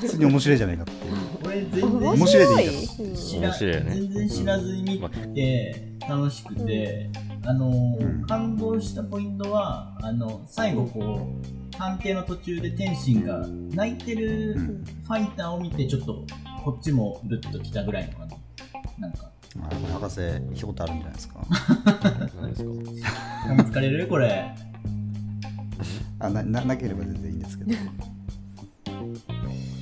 Speaker 2: 普通に面白いじゃないかっていう
Speaker 4: 俺全然
Speaker 2: 面白いでいい
Speaker 4: 知ら
Speaker 1: 面白いよね
Speaker 4: 全然知らずに見て、楽しくて、あの、
Speaker 2: うん
Speaker 4: 感動したポイントはあの最後こう判定の途中で天心が泣いてる
Speaker 2: う
Speaker 4: フ
Speaker 2: ん
Speaker 4: ァイターを見てちょっとこっちもルッときたぐらいのかななんか
Speaker 2: あこれ博士一言あるんじゃないですか
Speaker 1: 何ですか
Speaker 4: 疲れるこれ
Speaker 2: あなななければ全然いいんですけど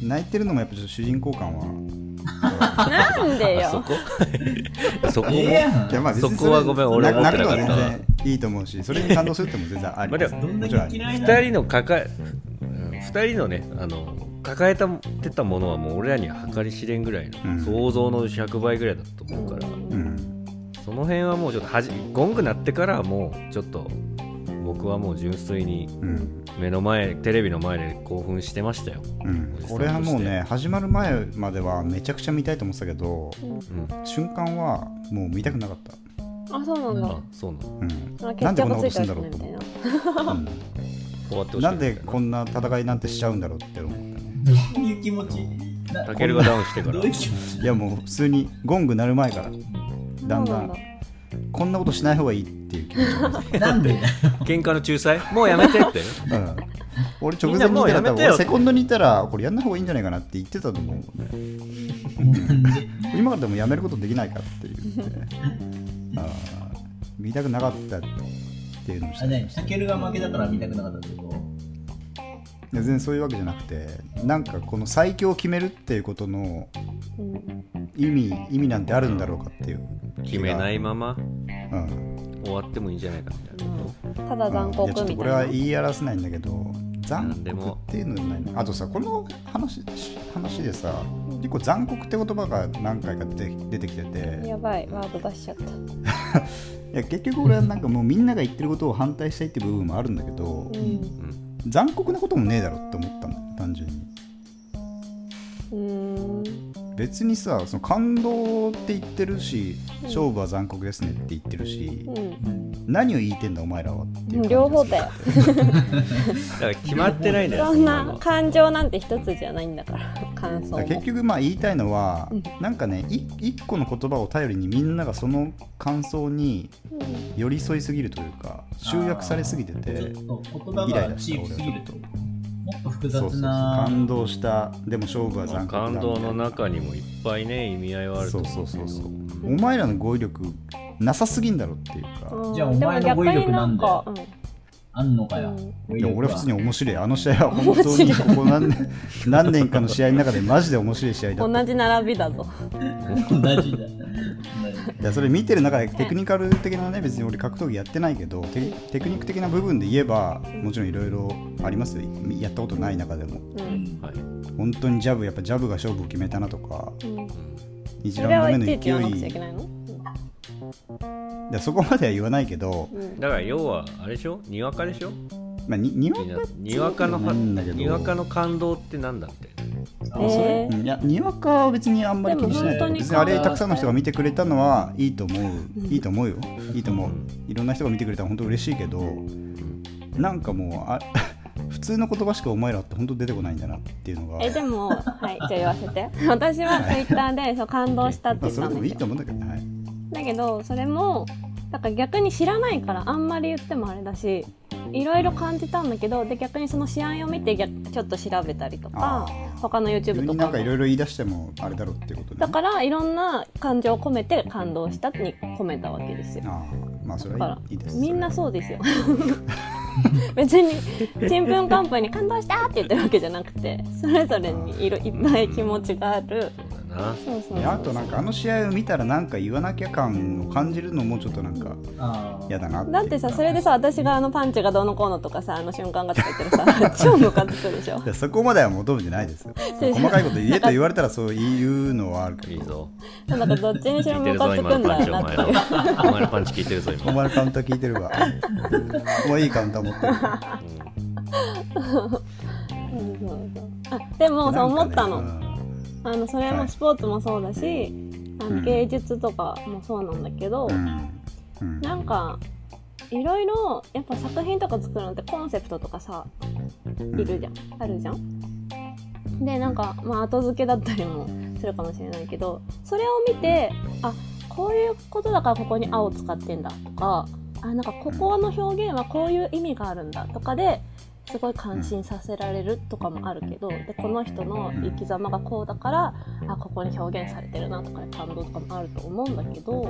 Speaker 2: 泣いてるのもやっぱちょっと主人公感は
Speaker 3: なんで
Speaker 1: あそ
Speaker 3: よ。
Speaker 1: こそこも。
Speaker 4: ええやん
Speaker 2: いやまあ別に
Speaker 1: そこはごめん俺
Speaker 2: な
Speaker 1: 思って
Speaker 2: 泣
Speaker 1: な
Speaker 2: くの
Speaker 1: かった
Speaker 2: は全然いいと思うしそれに感動するっても全然あり
Speaker 1: まあでも
Speaker 4: どんだ
Speaker 2: も
Speaker 4: け
Speaker 2: ちろんあり
Speaker 4: 嫌いな
Speaker 1: 2人の抱え、うん、二人のねあの抱えたてたものはもう俺らには計り知れんぐらいの、
Speaker 2: うん
Speaker 1: 想像の100倍ぐらいだと思うから
Speaker 2: うん
Speaker 1: その辺はもうちょっとはじゴング鳴ってからはもうちょっと僕僕はもう純粋に
Speaker 2: うん
Speaker 1: 目の前テレビの前で興奮してましたよ、
Speaker 2: うん、これはもうね始まる前まではめちゃくちゃ見たいと思ってたけど
Speaker 1: うん、
Speaker 2: 瞬間はもう見たくなかった、
Speaker 3: あそうなんだ
Speaker 1: あそうなの
Speaker 2: うん、
Speaker 3: な
Speaker 2: な
Speaker 3: ん
Speaker 2: んでこんな
Speaker 3: か
Speaker 2: こと
Speaker 3: 決着
Speaker 2: するんだ
Speaker 3: つい
Speaker 2: ろ
Speaker 3: て
Speaker 2: うと
Speaker 3: ほしくない
Speaker 2: 思った
Speaker 3: みい
Speaker 2: た、うん
Speaker 1: 終わってほしい
Speaker 2: なんで
Speaker 1: な
Speaker 2: こ
Speaker 1: ん
Speaker 2: な戦いなんてしちゃうんだろうって思ったね
Speaker 4: どう いう気持ちな
Speaker 1: タケルがダウンしてか
Speaker 4: ど
Speaker 1: ら
Speaker 4: ういう気持ち
Speaker 2: いやもう普通にゴング鳴る前から
Speaker 3: な
Speaker 2: だん
Speaker 3: そう
Speaker 2: だ
Speaker 3: な
Speaker 2: ん
Speaker 3: んだ
Speaker 2: こんなことしない方がいいっていう気持ちになっ
Speaker 4: なんで
Speaker 1: 喧嘩の仲裁もうやめて って
Speaker 2: た、うん、俺直前にいた
Speaker 1: みんなもうや
Speaker 2: ら多
Speaker 1: めて
Speaker 2: 分
Speaker 1: よ
Speaker 2: 俺セコンドにいたらこれやんない方がいいんじゃないかなって言ってたと思う
Speaker 4: なんで
Speaker 2: 今からでもやめることできないからって言ってあー見たくなかったっていうのをし
Speaker 4: あ
Speaker 2: て
Speaker 4: れタケルが負けだから見たくなかったってこ
Speaker 2: 全然そういうわけじゃなくてなんかこの最強を決めるっていうことの
Speaker 3: うん
Speaker 2: 意味意味なんてあるんだろうかっていう、
Speaker 1: 決めないまま
Speaker 2: うん、
Speaker 1: 終わってもいいんじゃないかみたいな、
Speaker 3: ただ残
Speaker 2: いやちょ
Speaker 3: 酷
Speaker 2: っと
Speaker 3: み
Speaker 2: こ
Speaker 3: たい
Speaker 2: れは
Speaker 3: な
Speaker 2: 言い表せないんだけど残
Speaker 1: なんで
Speaker 2: 酷
Speaker 1: も
Speaker 2: っていうのじゃないねあとさこの話話でさ結構残酷って言葉が何回か出て出てきてて
Speaker 3: やばいワード出しちゃったう
Speaker 2: いや結局俺はなんかもうみんなが言ってることを反対したいって部分もあるんだけど
Speaker 3: ん
Speaker 2: 残酷なこともねえだろって思ったの単純に
Speaker 3: うーん
Speaker 2: 別にさその感動って言ってるし
Speaker 3: ん
Speaker 2: 勝負は残酷ですねって言ってるし、
Speaker 3: うん
Speaker 2: 何を言いてんだお前らはっていう感じがする
Speaker 3: 両方だよ
Speaker 1: だから決まってないんだよ
Speaker 3: そ
Speaker 1: そん
Speaker 3: ん
Speaker 1: なの
Speaker 3: な
Speaker 1: は
Speaker 3: 感情なんて一つじゃないんだから感想
Speaker 2: だ
Speaker 3: も
Speaker 2: から結局まあ言いたいのは、
Speaker 3: うん
Speaker 2: なんかねい一個の言葉を頼りにみんながその感想に
Speaker 3: うん
Speaker 2: 寄り添いすぎるというか集約されすぎて
Speaker 4: と
Speaker 2: て
Speaker 4: ちょっと言葉
Speaker 2: イライラ
Speaker 4: がチ
Speaker 2: した
Speaker 4: ー
Speaker 2: 俺は
Speaker 4: プす
Speaker 2: ち
Speaker 4: ぎ
Speaker 2: ょ
Speaker 4: る
Speaker 2: っ
Speaker 4: と
Speaker 2: と
Speaker 4: もっと複雑
Speaker 2: そうそうそう
Speaker 4: な
Speaker 2: 感動したでも勝負は
Speaker 1: まあ
Speaker 2: 残酷だ
Speaker 1: 感動の中にもいっぱいね意味合いはあると
Speaker 2: そう
Speaker 1: 思
Speaker 2: そううそうそう
Speaker 1: う
Speaker 2: お前らの語彙力なさすぎんだろっていうか、
Speaker 4: じゃあお前の語彙力なんだよ
Speaker 3: でも逆に
Speaker 4: あんのか
Speaker 3: う
Speaker 4: よ
Speaker 3: ん
Speaker 2: いや俺は普通に面白いあの試合は
Speaker 3: 面
Speaker 2: 本
Speaker 3: 白
Speaker 2: 当
Speaker 3: い
Speaker 2: にここ何年何年かの試合の中でマジで面白い試合だ
Speaker 3: なん
Speaker 2: っ
Speaker 3: か同じ並びだぞ
Speaker 4: 同じだ同じ
Speaker 2: たいやそれ見てる中でテクニカル的なね別に俺格闘技やってないけどテテクニック的な部分で言えばもちろんいろいろありますよやったことない中でも
Speaker 3: う
Speaker 4: うんん
Speaker 1: はい、
Speaker 2: 本当にジャブやっぱジャブが勝負を決めたなとか
Speaker 3: うんそ
Speaker 2: 1
Speaker 3: れ
Speaker 2: ラウ
Speaker 3: は
Speaker 2: ンド
Speaker 3: いち
Speaker 2: 目
Speaker 3: い
Speaker 2: の
Speaker 3: ち言わなくちゃ
Speaker 2: 勢
Speaker 3: い
Speaker 2: い
Speaker 3: けないの
Speaker 2: でそこまでは言わないけど、
Speaker 3: うん
Speaker 1: だから要はあれでしょにわかでしょ
Speaker 2: まあ、ににわ
Speaker 1: みんな
Speaker 2: か
Speaker 1: にわかのは
Speaker 2: なんだけど
Speaker 1: にわかの感動ってなんだって
Speaker 3: え
Speaker 4: あ
Speaker 3: ー
Speaker 4: それ
Speaker 2: うんいやにわかは別にあんまり気にしない
Speaker 3: でも本当に
Speaker 2: 別にあれたくさんの人が見てくれたのはいいと思ういいと思うよいいと思ういろんな人が見てくれたら本当嬉しいけどなんかもうあ 普通の言葉しかお前らって本当出てこないんだなっていうのが
Speaker 3: えでもはいじゃあ言わせて 私はツイッターでそう感動したって
Speaker 2: まあ
Speaker 3: 言っ
Speaker 2: そ
Speaker 3: た
Speaker 2: れで
Speaker 3: んだ
Speaker 2: も
Speaker 3: け
Speaker 2: いいと
Speaker 3: ど
Speaker 2: 思うんだけどね、はい
Speaker 3: だけどそれもだから逆に知らないからあんまり言ってもあれだしいろいろ感じたんだけどで逆にその試合を見て逆ちょっと調べたりとか
Speaker 2: あー
Speaker 3: 他の
Speaker 2: 急
Speaker 3: YouTube と
Speaker 2: に
Speaker 3: か
Speaker 2: なん
Speaker 3: も
Speaker 2: かいろいろ言い出してもあれだろうっていうことね
Speaker 3: だからいろんな感情を込めて感動したに込めたわけですよ
Speaker 2: あーまあそれ
Speaker 3: だか
Speaker 2: は
Speaker 3: ら
Speaker 2: いいいいです
Speaker 3: みんな
Speaker 2: そ
Speaker 3: そうですよ 別にちんぷんかんぷんに感動したって言ってるわけじゃなくてそれぞれにいろいっぱい気持ちがあ
Speaker 1: そ
Speaker 3: る
Speaker 1: うだな
Speaker 3: そうそう
Speaker 2: れはあとなんかあの試合を見たらなんか言わなきゃ感を感じるのもちょっとなんか
Speaker 4: あー
Speaker 2: 嫌だなっていう
Speaker 3: だってさそれでさ私があのパンチがどうのこうのとかさあの瞬間がとか言ってるさ 超ムカつくでしょ
Speaker 2: いやそこまでは求めてないです よ細かいこと言えと言われたらそう言うのはあるけ
Speaker 1: いい
Speaker 2: ど
Speaker 1: ぞ
Speaker 3: なんだかどっちにしろ
Speaker 1: 聞いて
Speaker 3: ム
Speaker 1: る
Speaker 3: カ
Speaker 1: ぞ
Speaker 3: つく
Speaker 1: 今のパン
Speaker 3: んだ
Speaker 1: チ
Speaker 3: よ
Speaker 1: お
Speaker 3: なっ
Speaker 1: 前
Speaker 3: て
Speaker 1: の
Speaker 3: いう
Speaker 1: お前のパンチ聞いてるぞ
Speaker 2: お
Speaker 1: 今、
Speaker 2: 前のカウンター聞いてるわもういいカウンター持ってる
Speaker 3: そうそうそうあでもそう思ったの、
Speaker 2: なんかね
Speaker 3: あのそれ
Speaker 2: は
Speaker 3: も
Speaker 2: い
Speaker 3: スポーツもそうだし、あ
Speaker 2: う
Speaker 3: の
Speaker 2: ん
Speaker 3: 芸術とかもそうなんだけど、
Speaker 2: うんうん
Speaker 3: なんかいろいろやっぱ作品とか作るのってコンセプトとかさいるじゃん、あるじゃんでなんか、まあ、後付けだったりもするかもしれないけどそれを見てあこういうことだからここに青使ってんだとかあなんかここの表現はこういう意味があるんだとかですごい感心させられるとかもあるけどでこの人の生き様がこうだからあここに表現されてるなとか感動とかもあると思うんだけど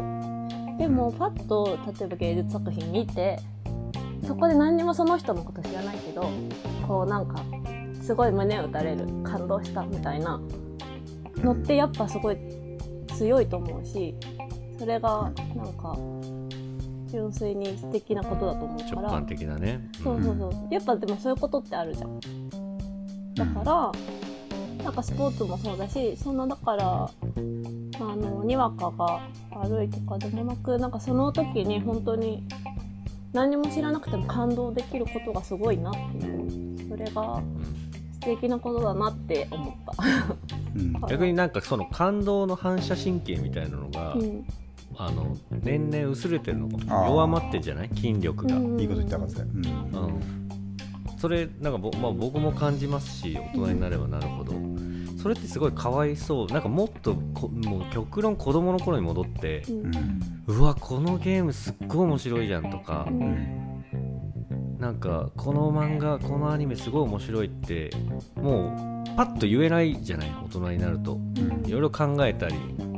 Speaker 3: でもパッと例えば芸術作品見てそこで何にもその人のこと知らないけどこうなんかすごい胸を打たれる感動したみたいなのってやっぱすごい強いと思うしそれがなんか純粋に素敵なことだと思うか
Speaker 1: 直
Speaker 3: ら
Speaker 1: 感。的だね
Speaker 3: そうそうそうやっぱでもそういうことってあるじゃんだからなんかスポーツもそうだしそんなだからあのにわかが悪いとかでもなくなんかその時に本当に何にも知らなくても感動できることがすごいなっていうそれが素敵なことだなって思った
Speaker 2: うん
Speaker 1: 逆になんかその感動の反射神経みたいなのが、
Speaker 3: うん
Speaker 1: あの年々薄れてるのか
Speaker 2: あ
Speaker 1: も
Speaker 2: ー
Speaker 1: 弱まってんじゃない筋力が、
Speaker 2: いいこと言ったはずだよ、うん
Speaker 1: うん、それなんかぼ、まあ、僕も感じますし大人になればなるほど、それってすごいかわいそうなんかもっとこもう極論子供の頃に戻って、
Speaker 3: うん
Speaker 2: うん
Speaker 1: うわこのゲームすっごい面白いじゃんとか、
Speaker 3: うん
Speaker 1: なんかこの漫画このアニメすごい面白いってもうパッと言えないじゃない大人になるといろいろ考えたり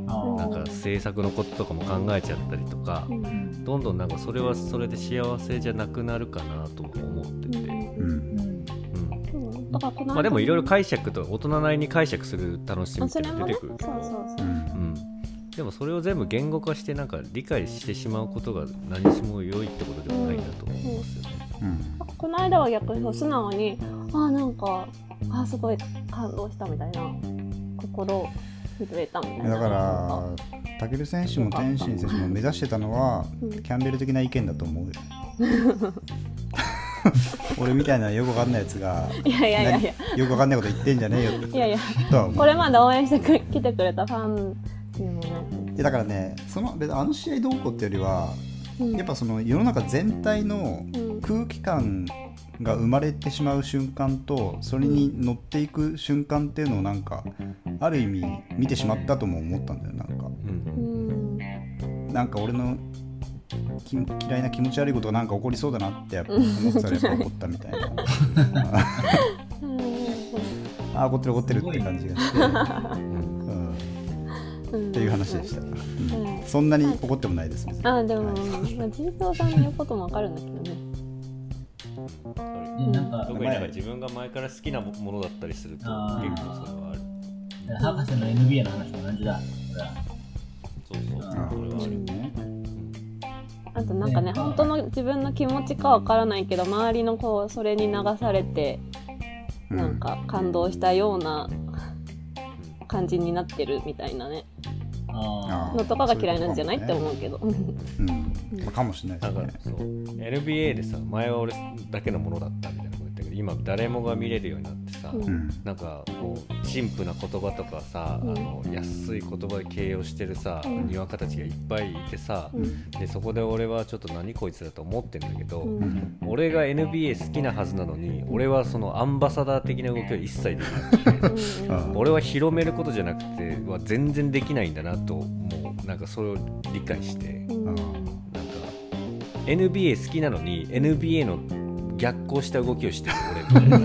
Speaker 4: あー
Speaker 1: なんか制作のこととかも考えちゃったりとか
Speaker 3: う、ん
Speaker 4: うん
Speaker 1: どんどんなんかそれはそれで幸せじゃなくなるかなとも思ってて、
Speaker 2: う
Speaker 3: うん
Speaker 2: ん
Speaker 4: うん
Speaker 1: うん
Speaker 3: そうだからこの間
Speaker 1: まあ、でもいろいろ解釈と大人なりに解釈する楽しみ
Speaker 3: あ
Speaker 1: って
Speaker 3: そ
Speaker 1: いう
Speaker 3: れ
Speaker 1: のが
Speaker 3: も
Speaker 1: 出
Speaker 3: ね
Speaker 1: てく
Speaker 3: そう
Speaker 1: るけ
Speaker 3: そ
Speaker 1: ど
Speaker 3: うそううん
Speaker 1: うん、でもそれを全部言語化してなんか理解してしまうことが何しも良いってことではないんだと思うんですよね。
Speaker 2: うん
Speaker 3: この間は逆にそう素直にあーなんかあーすごい感動したみたいな心震えたみたいな
Speaker 2: だから、武尊選手も天心選手も目指してたのは、
Speaker 3: うん
Speaker 2: キャンベル的な意見だと 思うよ。俺みたいなよくわかんないやつが、
Speaker 3: いやいやいやいや
Speaker 2: よくわかんないこと言ってんじゃねえよ
Speaker 3: いやいや
Speaker 2: とは思
Speaker 3: こ
Speaker 2: う。
Speaker 3: れまで応援してく来てくれたファンにもね、
Speaker 2: でだからね、その別にあの試合どうこうっていうよりは、
Speaker 3: うん、
Speaker 2: やっぱその世の中全体の
Speaker 3: うん
Speaker 2: 空気感が生まれてしまう瞬間とそれに乗っていく瞬間っていうのをなんかある意味見てしまったとも思ったんだよなんか
Speaker 1: うん
Speaker 3: うん
Speaker 2: なんか俺のき嫌いな気持ち悪いことがなんか起こりそうだなってやっぱ思ってたらやっぱ起こったみたい な
Speaker 3: うん
Speaker 2: あ怒ってる怒ってるって感じがして、うん、っ
Speaker 3: うん
Speaker 2: ていう話でした、
Speaker 3: うん
Speaker 2: そんなに怒ってもないです別に
Speaker 3: あで
Speaker 2: は
Speaker 3: も、
Speaker 2: い
Speaker 3: まあ、人相さんの言うこともわかるんだけどね
Speaker 4: でなんか
Speaker 1: 特になんか自分が前から好きなものだったりすると
Speaker 4: あー
Speaker 1: 結構それはある。
Speaker 4: 博士の NBA の話も同じだ俺
Speaker 1: そう
Speaker 4: は
Speaker 1: そう
Speaker 4: あ
Speaker 2: ー
Speaker 1: それはある。
Speaker 2: ね
Speaker 3: あとなんかね
Speaker 4: ね
Speaker 3: 本当の自分の気持ちかわからないけど周りのこうそれに流されて
Speaker 2: うん
Speaker 3: なんか感動したような感じになってるみたいなね
Speaker 4: あ
Speaker 2: あ
Speaker 3: のとかが嫌いなんじゃないって思うけど
Speaker 2: うんまあかもしれないで
Speaker 1: な
Speaker 2: す
Speaker 1: ん
Speaker 2: ね
Speaker 1: かそう NBA でさ前は俺だけのものだったみたいなこと言ったけど今誰もが見れるようになってさ、
Speaker 3: うん
Speaker 2: うん
Speaker 1: なんかこう陳腐な言葉とかさ、
Speaker 3: うん
Speaker 1: あの安い言葉で形容してるさ、
Speaker 3: うん
Speaker 1: にわかたちがいっぱいいてさ、
Speaker 3: うん
Speaker 1: でそこで俺はちょっと何こいつだと思ってんだけど、
Speaker 3: うん
Speaker 2: うん
Speaker 1: 俺が NBA 好きなはずなのに俺はそのアンバサダー的な動きは一切できない
Speaker 3: うん
Speaker 2: あ
Speaker 1: 俺は広めることじゃなくては全然できないんだなともうなんかそれを理解して
Speaker 3: うん
Speaker 2: あ
Speaker 1: なんか NBA 好きなのに NBA の逆行した動きをしてる俺みたい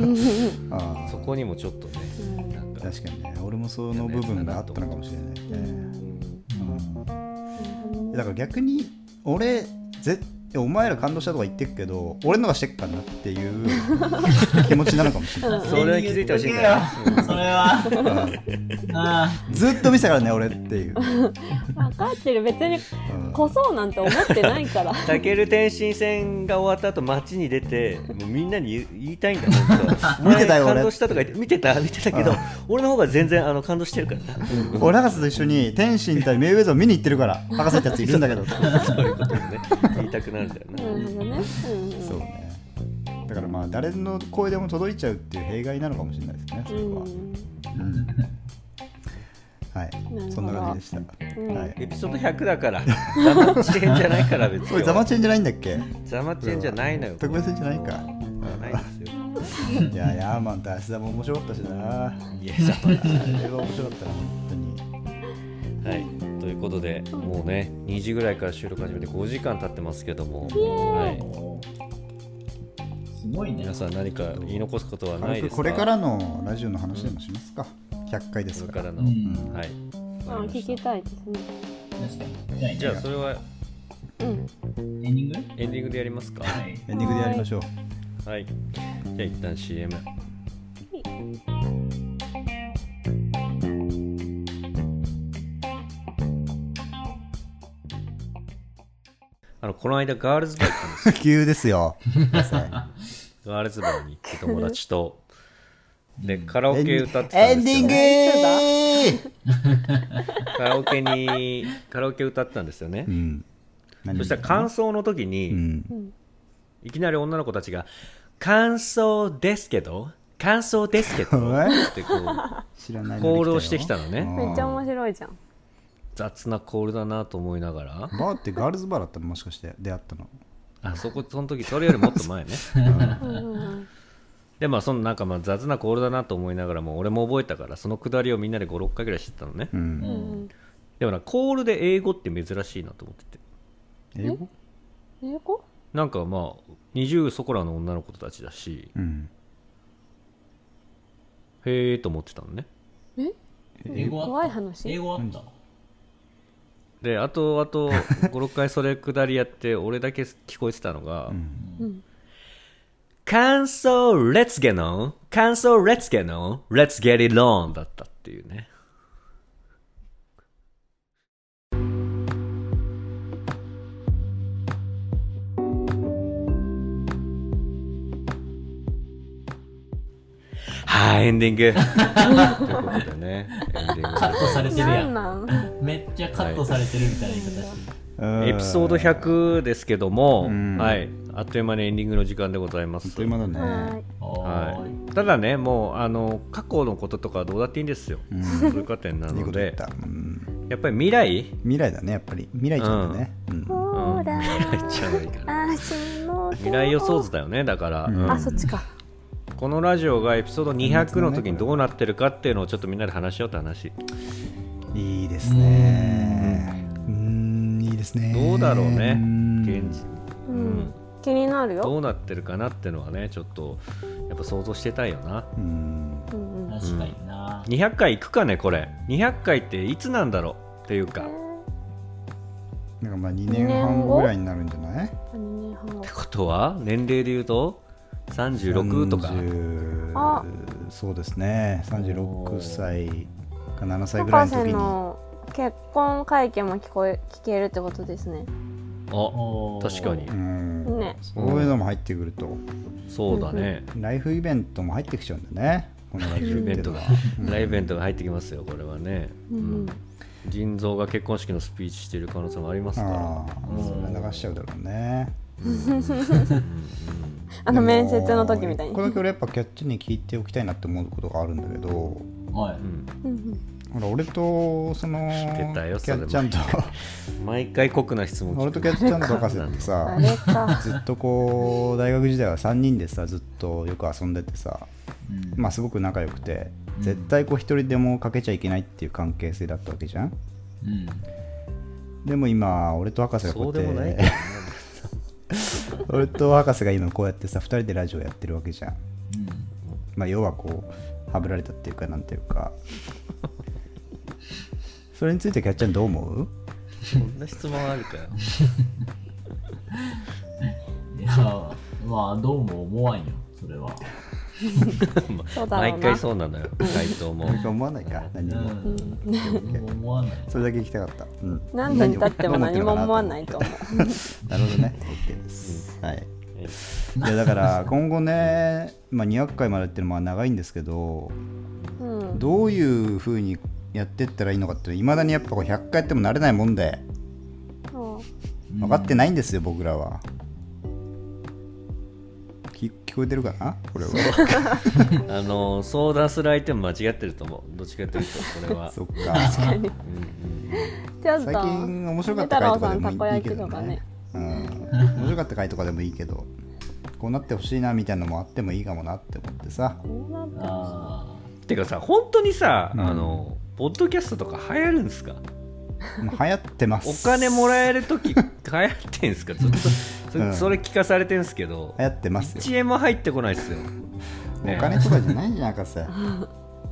Speaker 1: な
Speaker 2: あ
Speaker 1: そこにもちょっとね
Speaker 3: うん
Speaker 1: なんか
Speaker 2: 確かにね俺もその部分があったのかもしれない
Speaker 3: うん
Speaker 2: ね、うん
Speaker 3: うん
Speaker 2: だから逆に俺ぜお前ら感動したとか言ってくけど俺のがしてっかなっていう 気持ちなのかもしれない、
Speaker 4: ー
Speaker 1: それは気づいてほしいんだな
Speaker 4: それは
Speaker 2: うん
Speaker 4: あ
Speaker 2: ずっと見せたからね俺っていう、うん
Speaker 3: 分かってる別にこそうなんて思ってないから
Speaker 1: たける天心戦が終わった後街に出てもうみんなに言う言いたいんだ本当
Speaker 2: 見てたよ
Speaker 1: お前
Speaker 2: 俺
Speaker 1: 感動したとか言って見てた見てたけど
Speaker 2: うん
Speaker 1: 俺の方が全然あの感動してるからな
Speaker 2: 俺博士と一緒に天心対メイウェザーを見に行ってるから博士ってやついるんだけど
Speaker 1: そういうことをね言いたくなるんだよな、
Speaker 3: なるほどねうんうん
Speaker 2: そうねだからまあ誰の声でも届いちゃうっていう弊害なのかもしれないですねそれは、
Speaker 3: うん
Speaker 2: うんは
Speaker 3: ほど
Speaker 2: いそんな感じでした、
Speaker 3: うん
Speaker 2: はい
Speaker 1: エピソード100だからザマチェンじゃないから別
Speaker 2: これ
Speaker 1: に
Speaker 2: ザマチェンじゃないんだっけ
Speaker 1: ザマチェンじゃないのよ
Speaker 2: 特別じゃないか
Speaker 1: ないですよ
Speaker 2: いやヤーマンと芦田も面白かったしない
Speaker 1: やザマチ
Speaker 2: あれは面白かったな本当に
Speaker 1: ェンはいということでもうね2時ぐらいから収録始めて5時間経ってますけども、はい、
Speaker 4: ーすごいね
Speaker 1: 皆さん何か言い残すことはない
Speaker 2: 軽
Speaker 1: です
Speaker 2: く
Speaker 1: か
Speaker 2: これからのラジオの話でもしますか、100回です
Speaker 1: これ
Speaker 2: か
Speaker 1: からら
Speaker 4: う
Speaker 1: の、
Speaker 4: ん
Speaker 1: はい
Speaker 3: あ
Speaker 1: わかりま
Speaker 3: 聞
Speaker 1: した
Speaker 3: きたいですね
Speaker 4: 確かにじゃあ
Speaker 1: じゃあそれは
Speaker 3: うん
Speaker 4: エンディング
Speaker 1: エンディングでやりますか
Speaker 4: は
Speaker 1: はい
Speaker 2: エンディングでやりましょう
Speaker 1: いじゃあ一旦 CM あのこの間ガールズバー行ったんですよ
Speaker 2: 普及で すよ皆さん
Speaker 1: ガールズバーに行って友達 とでカラオケ歌ってた
Speaker 2: エ
Speaker 1: ん
Speaker 2: ン
Speaker 1: で
Speaker 2: デ
Speaker 1: す
Speaker 2: ィン
Speaker 1: よ
Speaker 2: グ
Speaker 1: カラオケにカラオケ歌ってたんですよね
Speaker 2: うん何
Speaker 1: そしたら感想の時
Speaker 2: う
Speaker 1: に
Speaker 2: ん
Speaker 3: うん
Speaker 1: いきなり女の子たちが「感想ですけど感想ですけど」
Speaker 2: え
Speaker 1: って こう
Speaker 2: 知らない
Speaker 1: コールをしてきたのね
Speaker 3: めっちゃ面
Speaker 2: 白い
Speaker 3: 白いじゃん。
Speaker 1: 雑なコールだなと思いながら
Speaker 2: バーってガールズバーだったのもしかして出会ったの
Speaker 1: あそこその時それよりもっと前ね
Speaker 3: うんうんうん
Speaker 1: でまあそのなんかまあ雑なコールだなと思いながらも俺も覚えたからそのくだりをみんなで56回ぐらいしてたのね
Speaker 2: う
Speaker 4: うん
Speaker 3: うん
Speaker 1: でもなコールで英語って珍しいなと思ってて
Speaker 2: 英語
Speaker 3: うん英語
Speaker 1: なんかまあ20そこらの女の子たちだし
Speaker 2: うん
Speaker 1: へえと思ってたのね
Speaker 4: 英語
Speaker 3: 怖
Speaker 4: あ
Speaker 3: い
Speaker 4: った英
Speaker 3: 話
Speaker 4: 語あった
Speaker 1: であとあと56回それくだりやって 俺だけ聞こえてたのが
Speaker 2: うん
Speaker 3: うん
Speaker 1: 「感想レッツゲノン感想レッツゲノンレッツゲリローン」だったっていうねはいエンディングということでねエンディングで
Speaker 4: カットされてるや
Speaker 3: なん
Speaker 4: ん
Speaker 3: なん
Speaker 4: めっちゃカットされてるみたいな言い方してる
Speaker 2: うん
Speaker 1: エピソード100ですけども、
Speaker 2: うん
Speaker 1: はい、あっという間にエンディングの時間でございま
Speaker 2: あっ
Speaker 1: す
Speaker 2: という間だ
Speaker 3: は
Speaker 2: ね
Speaker 1: は、
Speaker 4: はい
Speaker 1: ただねもうあの過去のこととかはどうだっていいんですよ、
Speaker 2: うん
Speaker 1: そういう過程ない
Speaker 2: いこ
Speaker 1: の
Speaker 2: と言っ
Speaker 1: で
Speaker 2: たうん
Speaker 1: やっぱり未来
Speaker 2: 未来だねやっぱり未来ちゃんだねうん
Speaker 3: ほ ら
Speaker 1: 未来ちゃないかな
Speaker 3: 足の
Speaker 1: 未来予想図だよねだから、
Speaker 2: うん
Speaker 1: うん
Speaker 3: あそっちか
Speaker 1: このラジオがエピソード200の時にどうなってるかっていうのをちょっとみんなで話しようって話
Speaker 2: いいですねうんいいですね
Speaker 1: どうだろうね
Speaker 2: ん
Speaker 1: 現地、
Speaker 3: う
Speaker 1: うん
Speaker 3: ん気になるよ
Speaker 1: どうなってるかなっていうのはねちょっとやっぱ想像してたいよな
Speaker 2: うん
Speaker 3: うんうん
Speaker 4: 確かにな
Speaker 1: 200回いくかねこれ200回っていつなんだろうっていうか、
Speaker 2: なんかまあ2年半後ぐらいになるんじゃない
Speaker 3: 二年半後
Speaker 1: ってことは年齢で言うと36とか
Speaker 2: 30
Speaker 3: あ
Speaker 2: そうですね36歳か7歳ぐらいの時
Speaker 3: 博士
Speaker 2: に
Speaker 3: の結婚会見も聞こえ聞けるってことですね
Speaker 1: あ
Speaker 4: おー
Speaker 1: 確かに
Speaker 2: うん
Speaker 3: ね
Speaker 2: そういうのも入ってくると
Speaker 1: そうだね
Speaker 2: ライフイベントも入ってきちゃうんだねこのラジオ
Speaker 1: イ
Speaker 2: って
Speaker 1: ベ
Speaker 2: い
Speaker 1: ン
Speaker 2: う
Speaker 1: ト
Speaker 2: の
Speaker 1: が
Speaker 2: は
Speaker 1: ライブイベントが入ってきますよこれはね、
Speaker 3: う
Speaker 1: うん
Speaker 3: うん
Speaker 1: ん、腎臓が結婚式のスピーチしてる可能性もありますから
Speaker 2: ああそれは流しちゃうだろうね
Speaker 3: あの面接の時みたい
Speaker 2: ここれ
Speaker 3: に
Speaker 2: だけ俺やっぱキャッチに聞いておきたいなって思うことがあるんだけど
Speaker 4: はい
Speaker 1: うん
Speaker 3: うん
Speaker 2: ほら俺とその
Speaker 1: てたよ
Speaker 2: キャッチ
Speaker 1: そ
Speaker 2: ャ
Speaker 1: れ
Speaker 2: ンと
Speaker 1: 毎回酷な質 問聞
Speaker 2: 俺と
Speaker 1: く
Speaker 2: キャッチャンと博士って
Speaker 3: うん
Speaker 2: さ
Speaker 3: あれか
Speaker 2: ずっとこう大学時代は3人でさずっとよく遊んでてさ
Speaker 4: うん
Speaker 2: まあすごく仲良くて
Speaker 4: うん
Speaker 2: 絶対こう一人でもかけちゃいけないっていう関係性だったわけじゃん
Speaker 4: うん
Speaker 2: でも今俺と博士が
Speaker 1: そ
Speaker 2: こ
Speaker 1: う
Speaker 2: う
Speaker 1: で
Speaker 2: や
Speaker 1: もな
Speaker 2: っ
Speaker 1: いけ
Speaker 2: て 俺と博士が今こうやってさ2人でラジオやってるわけじゃんまあ要はこうはぶられたっていうかなんていうかそれについてキャッチャンどう思う
Speaker 1: どそんな質問あるかよ
Speaker 4: うんいやまあどうも思わんよそれは
Speaker 3: そうだろう
Speaker 1: 毎
Speaker 3: な
Speaker 1: 回そうなのよ回答も
Speaker 2: 俺が思わないか
Speaker 4: う
Speaker 2: 何
Speaker 4: ん
Speaker 2: にも
Speaker 4: どうも思わない
Speaker 2: それだけ聞きたかった、うん、
Speaker 3: 何度に経っても何も思わないと思
Speaker 2: なるほどね OK です、はいいやだから今後ね、まあ、200回までっていうのは長いんですけど
Speaker 3: う。うん。
Speaker 2: どういうふうにやってったらいいのかっていまだにやっぱこう100回やっても慣れないもんで
Speaker 3: そ
Speaker 2: 分かってないんですよ、僕らはき聞こえてるかなこれは
Speaker 1: あの相談する相手も間違ってると思うどっちかというとこれは
Speaker 2: そっか
Speaker 3: うちょっと。
Speaker 2: 最近面白かった回とかでも
Speaker 3: 太郎
Speaker 2: い
Speaker 3: さ
Speaker 2: い
Speaker 3: ん
Speaker 2: けど
Speaker 3: たこ焼きとか
Speaker 2: ね
Speaker 3: ね
Speaker 2: うん、面白かった回とかでもいいけどこうなってほしいなみたいなのもあってもいいかもなって思ってさ
Speaker 3: こうなってま
Speaker 4: あ
Speaker 1: てかさ本当にさ、
Speaker 2: うん
Speaker 1: あのポッドキャストとか流行るんですか
Speaker 2: 流行ってます
Speaker 1: お金も
Speaker 2: え
Speaker 1: らえる時流行ってんすかずっとそれ,、
Speaker 2: うん
Speaker 1: それ聞かされてんすけど
Speaker 2: 流行ってますよ
Speaker 1: 1円も入ってこないっすよ
Speaker 2: お
Speaker 1: ね
Speaker 2: 金とかじゃないんじゃんかさ
Speaker 3: す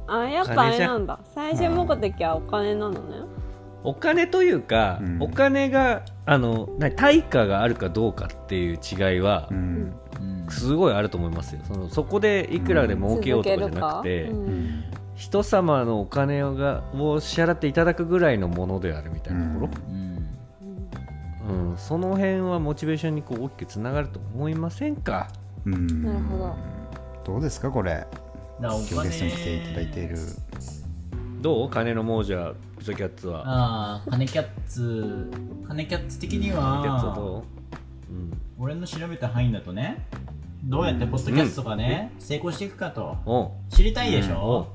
Speaker 3: あ、やっぱあれなんだ。最終目的はお金なのね。
Speaker 1: お金というか、
Speaker 2: うん
Speaker 1: お金があの何対価があるかどうかっていう違いは
Speaker 2: う、ん
Speaker 4: ーうん
Speaker 1: すごいあると思いますよそのそこでいくらで儲けようとかじゃなくて、
Speaker 3: うん
Speaker 2: うん
Speaker 1: 人様のお金をがを支払っていただくぐらいのものであるみたいなとこ
Speaker 4: うん
Speaker 1: ろ、うんその辺はモチベーションにこう大きくつながると思いませんか
Speaker 2: うん
Speaker 3: なるほど。
Speaker 2: どうですかこれ
Speaker 4: だからお
Speaker 2: 今日
Speaker 4: 金
Speaker 2: ゲストに来ていただいている
Speaker 1: どう金の亡者ピザキャッツは
Speaker 4: ああ金キャッツ金キャッツ的に
Speaker 1: ピザキャッツは
Speaker 4: は
Speaker 1: どう
Speaker 4: 俺の調べた範囲だとねどうやってポッドキャストがね、成功していくかと
Speaker 1: うん
Speaker 4: 知りたいでしょ、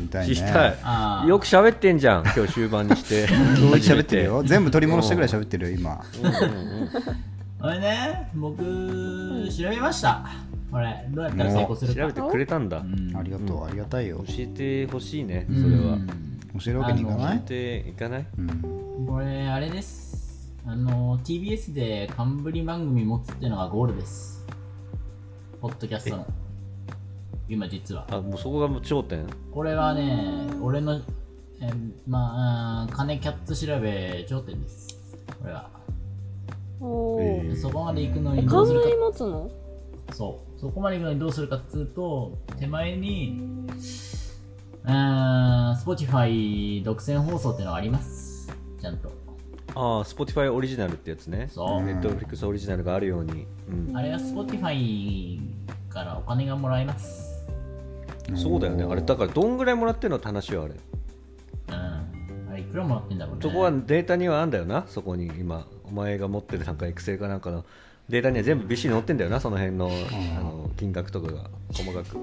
Speaker 2: みたい
Speaker 1: 知りた
Speaker 2: ね
Speaker 1: い
Speaker 4: ああ
Speaker 1: よく喋ってんじゃん今日終盤にして
Speaker 2: 喋ってるよ全部取り戻したぐらい喋ってるよ今
Speaker 1: うんうん
Speaker 4: あれね僕調べましたこれどうやったら成功す
Speaker 1: うん
Speaker 4: るか
Speaker 1: 調べてくれたんだ
Speaker 4: うん
Speaker 2: ありがとうありがたいよ
Speaker 1: 教えてほしいね
Speaker 4: う
Speaker 1: そ
Speaker 4: ん
Speaker 1: れは
Speaker 2: 教えるわけにいかな
Speaker 1: 教
Speaker 2: い
Speaker 1: えていかない
Speaker 2: うん
Speaker 4: これあれですあの TBS で冠番組持つっていうのがゴールですポッドキャストの今実は
Speaker 1: あもうそこがもう頂点
Speaker 4: これはね俺のえーまああー金キャッツ調べ頂点ですこれは
Speaker 3: おー
Speaker 2: えー
Speaker 4: そこまで行くの
Speaker 3: え
Speaker 4: にどうする
Speaker 3: 冠持つの
Speaker 4: かそうそこまで行くのにどうするかっつうと手前にあー Spotify 独占放送っていうのがありますちゃんと
Speaker 1: ああ Spotify オリジナルってやつね
Speaker 4: そう、
Speaker 2: うん
Speaker 1: Netflix オリジナルがあるように、うん
Speaker 4: あれは Spotify からお金がもらえます。
Speaker 1: そうだよねあれだからどんぐらいもらってるのって話よあれ
Speaker 4: うん。あれいくらもらってんだろうね。
Speaker 1: そこはデータにはあんだよなそこに今お前が持ってるなんか Excel かなんかのデータには全部びっしり載ってんだよなその辺のあの金額とかが細かく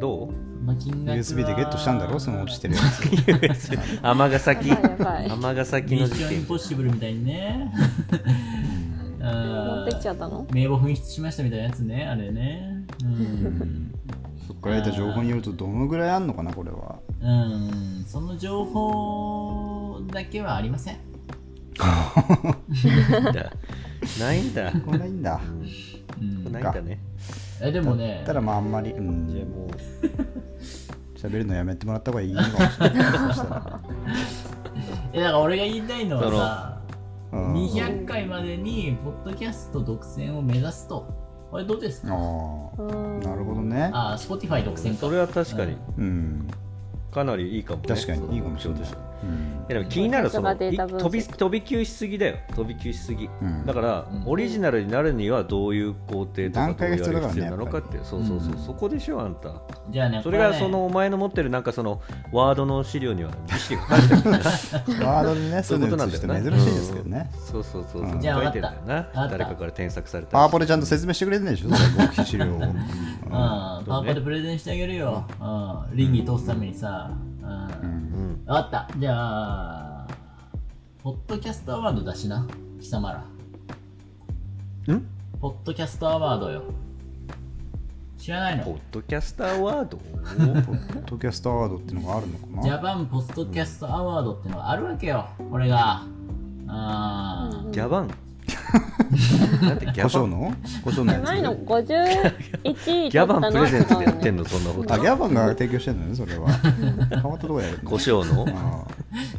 Speaker 1: どう
Speaker 4: まあ金額は
Speaker 2: USB でゲットしたんだろその落ちてるやつ
Speaker 1: 尼崎
Speaker 3: やばいやばい
Speaker 1: 尼崎
Speaker 4: ミ
Speaker 1: の
Speaker 4: ッ
Speaker 1: 事
Speaker 4: ションイン
Speaker 1: 件
Speaker 4: ポッシブルみたいにね。う
Speaker 3: 持
Speaker 4: ん
Speaker 3: ってきちゃったの
Speaker 4: 名簿紛失しましたみたいなやつね、あれね。うん。
Speaker 2: そっから得た情報によるとどのぐらいあんのかなこれは
Speaker 4: うん。その情報だけはありません。
Speaker 1: だないんだ
Speaker 2: これがいいんだ
Speaker 4: うん
Speaker 1: な。いんだね
Speaker 4: え、でもね、
Speaker 2: ただまああんまりう
Speaker 1: じゃあ
Speaker 2: ん
Speaker 1: もう
Speaker 2: 喋るのやめてもらった方がいいのかもしれないそしたら
Speaker 4: え、だから俺が言いたいのはさ、
Speaker 2: うん
Speaker 4: 200回までに、ポッドキャスト独占を目指すと。これどうですか
Speaker 2: あ
Speaker 3: う
Speaker 2: あ
Speaker 3: ん
Speaker 2: なるほどね
Speaker 4: ああ、Spotify 独占か。
Speaker 1: それは確かに
Speaker 2: うん
Speaker 1: かなりいいかもね
Speaker 2: 確かにいいかもしれない
Speaker 1: そう
Speaker 2: うん
Speaker 1: いやでも気になる
Speaker 3: そ
Speaker 1: そうの
Speaker 3: データ
Speaker 1: い
Speaker 3: 分析
Speaker 1: 飛び飛び級しすぎだよ飛び級しすぎ、
Speaker 2: ん
Speaker 1: だから、
Speaker 4: うん
Speaker 1: オリジナルになるにはどういう工程とか
Speaker 2: 段階が必要だからね
Speaker 1: どういうやり口なのかってそうそうそう、
Speaker 4: うん
Speaker 1: そこでしょあんた
Speaker 4: じゃあね、
Speaker 1: それ
Speaker 4: こ
Speaker 1: が
Speaker 4: ね
Speaker 1: そのお前の持ってるなんかそのワードの資料にはびっしり書かれてるから
Speaker 2: ワードでね そういうの映して
Speaker 1: そういうことなんだよ
Speaker 2: 珍
Speaker 1: ね
Speaker 2: しいですけどね
Speaker 1: そうそうそうそう
Speaker 2: う
Speaker 1: 書
Speaker 2: ん
Speaker 1: い
Speaker 4: じゃあ
Speaker 1: てんだよ
Speaker 4: わかったわか
Speaker 1: な
Speaker 4: った
Speaker 1: 誰かから添削され
Speaker 2: パ
Speaker 1: た
Speaker 2: ワポでちゃんと説明してくれてないでしょその目視資料を
Speaker 4: うん、パワポでプレゼンしてあげるよ。うん、倫理通すためにさ。うん。わ
Speaker 2: う、ん
Speaker 1: うん
Speaker 4: かった。じゃあ、ポッドキャストアワード出しな、貴様ら。
Speaker 1: ん
Speaker 4: ポッドキャストアワードよ。知らない
Speaker 1: ポ
Speaker 4: の
Speaker 1: ッドキャスターワー ド
Speaker 2: ポッドキャストアワードっていうのがあるのか
Speaker 4: ジ
Speaker 2: な
Speaker 4: ャパンポッドキャストアワードってのがあるわけよ、これが。あー
Speaker 1: ギャバン なんてギ
Speaker 2: 胡
Speaker 1: ャバ
Speaker 2: 椒
Speaker 1: ン
Speaker 2: の胡椒のやつ
Speaker 3: 前の51位
Speaker 1: ギャバンプレゼンツでやってん
Speaker 3: の
Speaker 1: のそんなこと
Speaker 2: あギャバンが提供してるのねそれは変わったとこやる
Speaker 1: 胡椒の
Speaker 2: あ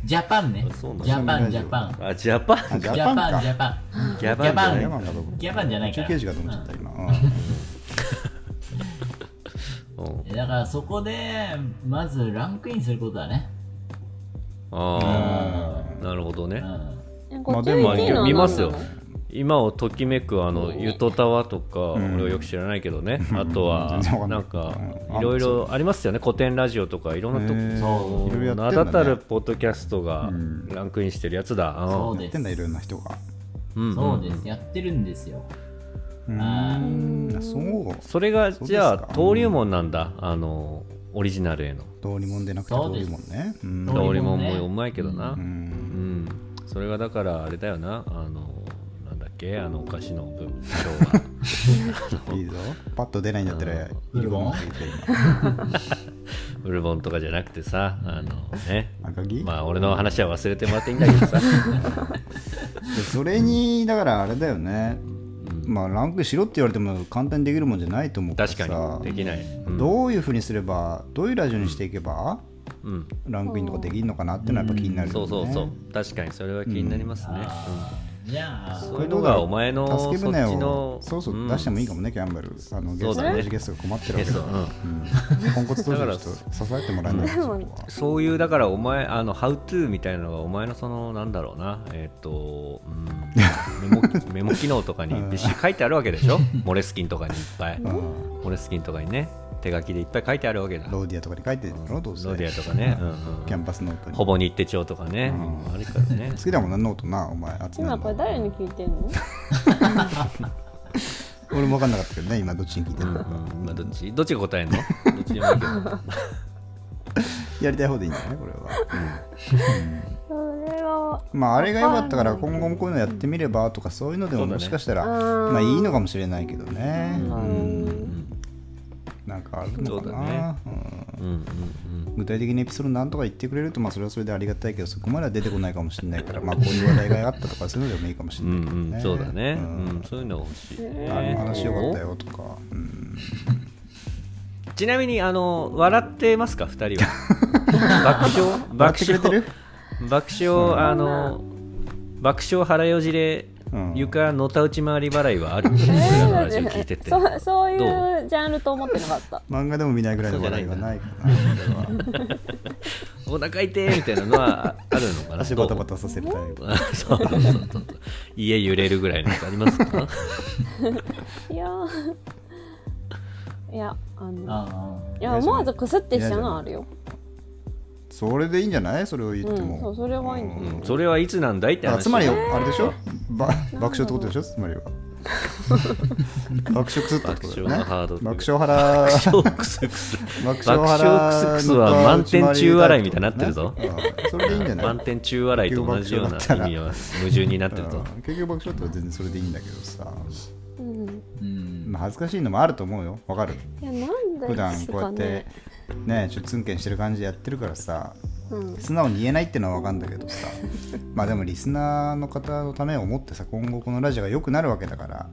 Speaker 4: ジャパンね
Speaker 1: あそうな。の
Speaker 4: ジャパン、ジャパン。
Speaker 1: あジャパン
Speaker 2: あジャ
Speaker 4: ジャパ
Speaker 2: パン
Speaker 4: ン、
Speaker 2: か
Speaker 4: ジ
Speaker 2: ギ
Speaker 4: ャパン。
Speaker 1: ギャバンじゃない
Speaker 2: ャバンかと思った
Speaker 4: ギャバンじゃないから
Speaker 2: 中継時かと思っちゃった今うん
Speaker 1: うん
Speaker 4: だからそこで、まずランクインすることだね。
Speaker 1: ああなるほど
Speaker 4: う
Speaker 1: ね
Speaker 4: ん。
Speaker 2: まあでも
Speaker 3: 51位のは何なの
Speaker 1: 見ますよ今をときめくあのゆとたわとか
Speaker 2: ん
Speaker 1: 俺はよく知らないけどねあとは
Speaker 2: 全然わかんな
Speaker 1: ないんか
Speaker 2: うん
Speaker 1: いろいろありますよね古典ラジオとかいろんなと
Speaker 2: へー
Speaker 1: こ
Speaker 2: いろいろや
Speaker 1: 名
Speaker 2: ってんだ
Speaker 1: だ
Speaker 2: ね
Speaker 1: たるポッドキャストが
Speaker 2: うん
Speaker 1: ランクインしてるやつだ
Speaker 4: そう
Speaker 2: や
Speaker 4: で
Speaker 2: ってんだい
Speaker 4: す。
Speaker 2: ろんな人が
Speaker 1: うん
Speaker 4: そう
Speaker 1: うん
Speaker 4: です。やってるんですよ。
Speaker 2: うーんそう
Speaker 1: それが
Speaker 2: そうですか
Speaker 1: じゃあ登竜門なんだあのオリジナルへの
Speaker 2: 通りもんでなくて
Speaker 4: そう
Speaker 2: 通
Speaker 4: で
Speaker 2: り
Speaker 4: す
Speaker 2: もんねうん
Speaker 4: 通
Speaker 1: 登
Speaker 4: り
Speaker 1: 竜門
Speaker 4: 門ね
Speaker 1: もうまいけどな
Speaker 2: う
Speaker 1: う
Speaker 2: ん
Speaker 1: ん、それがだからあれだよなあのなんだっけあのお菓子の部今日は
Speaker 2: いいぞパッと出ないんだったら
Speaker 4: うん
Speaker 2: いるもんって言って今
Speaker 1: ブルボンとかじゃなくてさあのね
Speaker 2: 赤木
Speaker 1: まあ俺の話は忘れてもらっていいんだけど さ
Speaker 2: でそれにだからあれだよねまあランクしろって言われても簡単にできるもんじゃないと思うから
Speaker 1: 確
Speaker 2: さ
Speaker 1: かにできない、うん
Speaker 2: どういうふうにすればどういうラジオにしていけば
Speaker 1: うん
Speaker 2: ランクインとかできるのかなっていうのはやっぱ気になるよね
Speaker 1: そうそうそう確かにそれは気になりますね、
Speaker 4: あーじゃあ
Speaker 1: うん、そういうのがお前のそ
Speaker 2: 助
Speaker 1: っ
Speaker 2: け
Speaker 1: ち
Speaker 2: 舟
Speaker 1: の
Speaker 2: をそうそう、
Speaker 1: ん
Speaker 2: 出してもいいかもねキャンベルあのゲ
Speaker 1: そう
Speaker 2: スト
Speaker 1: だね
Speaker 2: 同じゲストが困ってるわけだ
Speaker 1: そううん
Speaker 2: うんポンコツ当時の人
Speaker 1: だ
Speaker 2: 支えてもらえない
Speaker 3: でも
Speaker 1: そういうだからお前あのハウトゥーみたいなのがお前のそのなんだろうなえっ、と、うん、メモ メモ機能とかに びっしり書いてあるわけでしょモレスキンとかにいっぱい
Speaker 2: うん
Speaker 1: モレスキンとかにね手書きでいっぱい書いてあるわけだ
Speaker 2: ローディアとかに書いてるんだろどうせ
Speaker 1: ロディアとかね、うんうん
Speaker 2: キャンパスノートに
Speaker 1: ほぼ日手帳とかね、
Speaker 2: うん
Speaker 1: あれからね
Speaker 2: 好きだもんなノートなお前集める
Speaker 3: 今
Speaker 2: の
Speaker 3: これ誰に聞いてんの
Speaker 2: 俺も分かんなかったけどね今どっちに聞いて
Speaker 1: う
Speaker 2: る
Speaker 1: んう
Speaker 2: か
Speaker 1: んまあどっちどっちが答えん のどっちでもいいけど
Speaker 2: やりたい方でいいんだよねこれは、
Speaker 3: それは
Speaker 2: うんまああれが良かったから今後もこういうのやってみればとかそういうので
Speaker 1: そ
Speaker 2: も
Speaker 1: うだ
Speaker 2: も
Speaker 1: ね
Speaker 2: しかしたら、
Speaker 3: うん
Speaker 2: まあいいのかもしれないけどね、う
Speaker 1: うん
Speaker 3: ん
Speaker 2: なんかあるのか
Speaker 1: そうだ
Speaker 2: な
Speaker 1: ね、
Speaker 2: うん
Speaker 1: うんうん
Speaker 2: 具体的にエピソードなんとか言ってくれると、まあ、それはそれでありがたいけどそこまでは出てこないかもしれないから、まあ、こういう話題があったと かそういうのでもいいかもし
Speaker 1: う
Speaker 2: れないけどね、
Speaker 1: んうんそうだね
Speaker 2: う
Speaker 1: うんんそういうのが欲しいね
Speaker 2: あの話よかったよとか、うん、
Speaker 1: ちなみにあの笑ってますか二人 は爆笑
Speaker 2: 笑って
Speaker 1: 爆
Speaker 2: くれてる
Speaker 1: 笑爆笑あの爆笑腹よじれ
Speaker 2: うん
Speaker 1: 床のたうち回り払いはあ る俺らのラジオ聞いてて
Speaker 3: そう そうい
Speaker 1: ど
Speaker 3: うジャンルと思ってなかった
Speaker 2: 漫画でも見ないぐらいの笑いがないかな
Speaker 1: お腹痛いみたいなのはああるのかな
Speaker 2: 足バタバ
Speaker 1: ど
Speaker 2: タさせるタイプ
Speaker 1: うそうそうそうそう家揺れるぐらいのやつありますか
Speaker 3: いやーいやあの
Speaker 4: あ
Speaker 3: いや思わずくすってしちゃうのはあるよ
Speaker 2: それでいいんじゃないそれを言っても、
Speaker 3: うんそうそれはいいんだ
Speaker 1: うんそれはいつなんだいって
Speaker 2: あ
Speaker 1: 話
Speaker 2: つまりあれでしょ、ば爆笑ってことでしょつ まりは爆笑くすったってことだよ
Speaker 1: 爆笑
Speaker 2: ね
Speaker 1: のハードル
Speaker 2: 爆笑腹
Speaker 1: そうクスクス
Speaker 2: 爆
Speaker 1: 笑クスクスは満点中笑いみたいになってるぞ
Speaker 2: あそれでいいんじゃない
Speaker 1: 満点中笑いと同じような意味は矛盾になってると
Speaker 2: うん結局爆笑ってのは全然それでいいんだけどさ、
Speaker 3: うん
Speaker 4: ーうん
Speaker 2: まあ、恥ずかしいのもあると思うよわかる
Speaker 3: いやなん
Speaker 2: 普
Speaker 3: でで
Speaker 2: 段
Speaker 3: す
Speaker 2: こうやっ
Speaker 3: か
Speaker 2: て
Speaker 3: ね
Speaker 2: ねちょっとツンケンしてる感じでやってるからさ
Speaker 3: うん
Speaker 2: 素直に言えないってのはわかるんだけど さまあでもリスナーの方のためを思ってさ今後このラジオが良くなるわけだから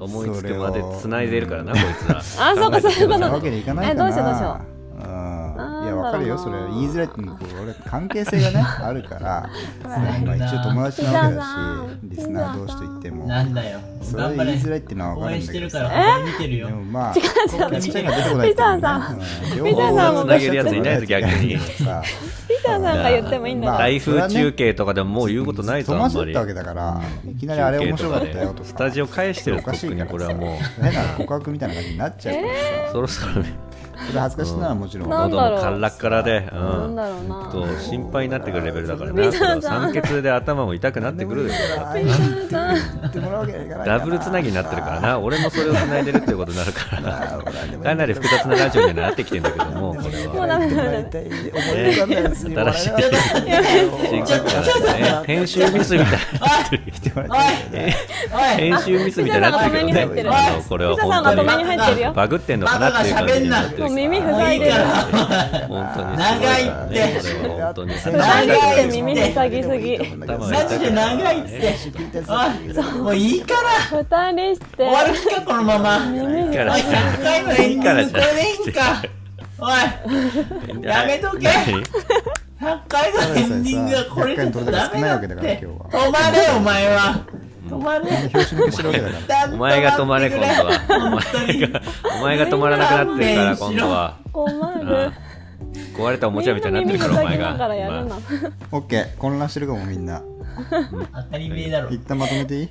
Speaker 1: 思いつくまで繋いでるからなこいつら
Speaker 3: あそうかそういう
Speaker 2: そ
Speaker 3: こ
Speaker 2: んな
Speaker 3: と
Speaker 2: わけ
Speaker 3: ね
Speaker 2: にいかないかな
Speaker 3: えどうしようどうしよう
Speaker 2: うんい
Speaker 3: な
Speaker 2: や
Speaker 3: んだろうな
Speaker 2: わかるよそれ言いづらいってのもこう俺関係性がねあるからまあ一応友達なわけだしリスナー同士と言っても
Speaker 4: なんだよ
Speaker 2: それ
Speaker 4: 頑張
Speaker 2: 言
Speaker 4: れ
Speaker 2: いづらいってのはわ
Speaker 4: 応
Speaker 2: かるん
Speaker 4: 援
Speaker 2: だ
Speaker 4: し
Speaker 2: け
Speaker 4: て
Speaker 2: ど
Speaker 4: る
Speaker 2: さ
Speaker 4: から応援見てる
Speaker 2: で
Speaker 4: よ
Speaker 2: もまあ、
Speaker 3: 違う違う
Speaker 2: ここでちっちゃいのが出てこないっていう
Speaker 3: ピザさ
Speaker 2: のねうん両方
Speaker 3: ピザさん
Speaker 1: つ
Speaker 2: 同じ
Speaker 3: も
Speaker 1: なげるやついないと逆に
Speaker 2: さ
Speaker 3: ピザさんが言ってもいいんだ
Speaker 2: まあ
Speaker 3: から
Speaker 1: 台風中継とかでももう言うことないぞ、
Speaker 2: 飛
Speaker 1: あ
Speaker 2: ば
Speaker 1: ん
Speaker 2: し
Speaker 1: ま
Speaker 2: てっ
Speaker 1: り。
Speaker 2: たわけだから、いきなりあれ面白かったよとか、
Speaker 1: スタジオ返してる
Speaker 2: おかし
Speaker 1: 特
Speaker 2: い
Speaker 1: に
Speaker 2: から
Speaker 1: これはも
Speaker 2: さ変な告白みたいな感じになっちゃうから
Speaker 1: う
Speaker 2: さ、
Speaker 1: そろそろね
Speaker 2: それ恥ずかしいならもちろん。
Speaker 3: なん
Speaker 1: 喉
Speaker 3: だろう
Speaker 1: もカラッカラで、う
Speaker 3: なん
Speaker 1: ん、
Speaker 3: だろうな
Speaker 1: と心配になってくるレベルだから
Speaker 3: 水原さ
Speaker 1: な。酸
Speaker 3: ん
Speaker 1: 欠で頭も痛くなってくるでしょ。だってダブルつなぎになってるからな。俺もそれをつないでるっていうことになるから。かなり複雑なラジオにはなってきてんだけども、これは。
Speaker 3: ダメダメ
Speaker 1: 新しい。新
Speaker 4: ちょ
Speaker 1: 企画だね編集ミスみたいな。
Speaker 4: おい
Speaker 1: 編集ミスみたいになってるけどね。あのこれは
Speaker 3: ピザさん
Speaker 1: 本
Speaker 3: が
Speaker 1: 当
Speaker 3: 止
Speaker 1: に
Speaker 3: めに入ってるよ
Speaker 1: バグってんのかなっていう感じになってるから
Speaker 3: もう耳
Speaker 4: もう
Speaker 3: 塞
Speaker 4: い
Speaker 3: い
Speaker 4: い
Speaker 3: でる
Speaker 4: から
Speaker 1: 本当に
Speaker 4: 長いって
Speaker 1: これは本当に
Speaker 4: 長いって
Speaker 3: 耳塞ぎ すぎ
Speaker 4: マジで長いって おいもういいから
Speaker 3: 二人して
Speaker 4: 終わる気かこのまま
Speaker 1: いいから
Speaker 4: 100回のエンディングこれでいいんかおいやめとけ
Speaker 1: 何
Speaker 4: 100回のエンディングはこれじゃダメだって止まれお前は止まれ
Speaker 1: お前が止まれ今度は
Speaker 4: 本当に
Speaker 1: お前が止まらなくなってるから今度は
Speaker 3: 困
Speaker 1: う
Speaker 3: る
Speaker 1: ん壊れたおもちゃみたいになってるからお前
Speaker 3: みんな耳塞ぎながらやる
Speaker 1: が
Speaker 3: な
Speaker 2: オッケー混乱してるかもみんな
Speaker 4: 当たり前だろ
Speaker 2: 一旦まとめていい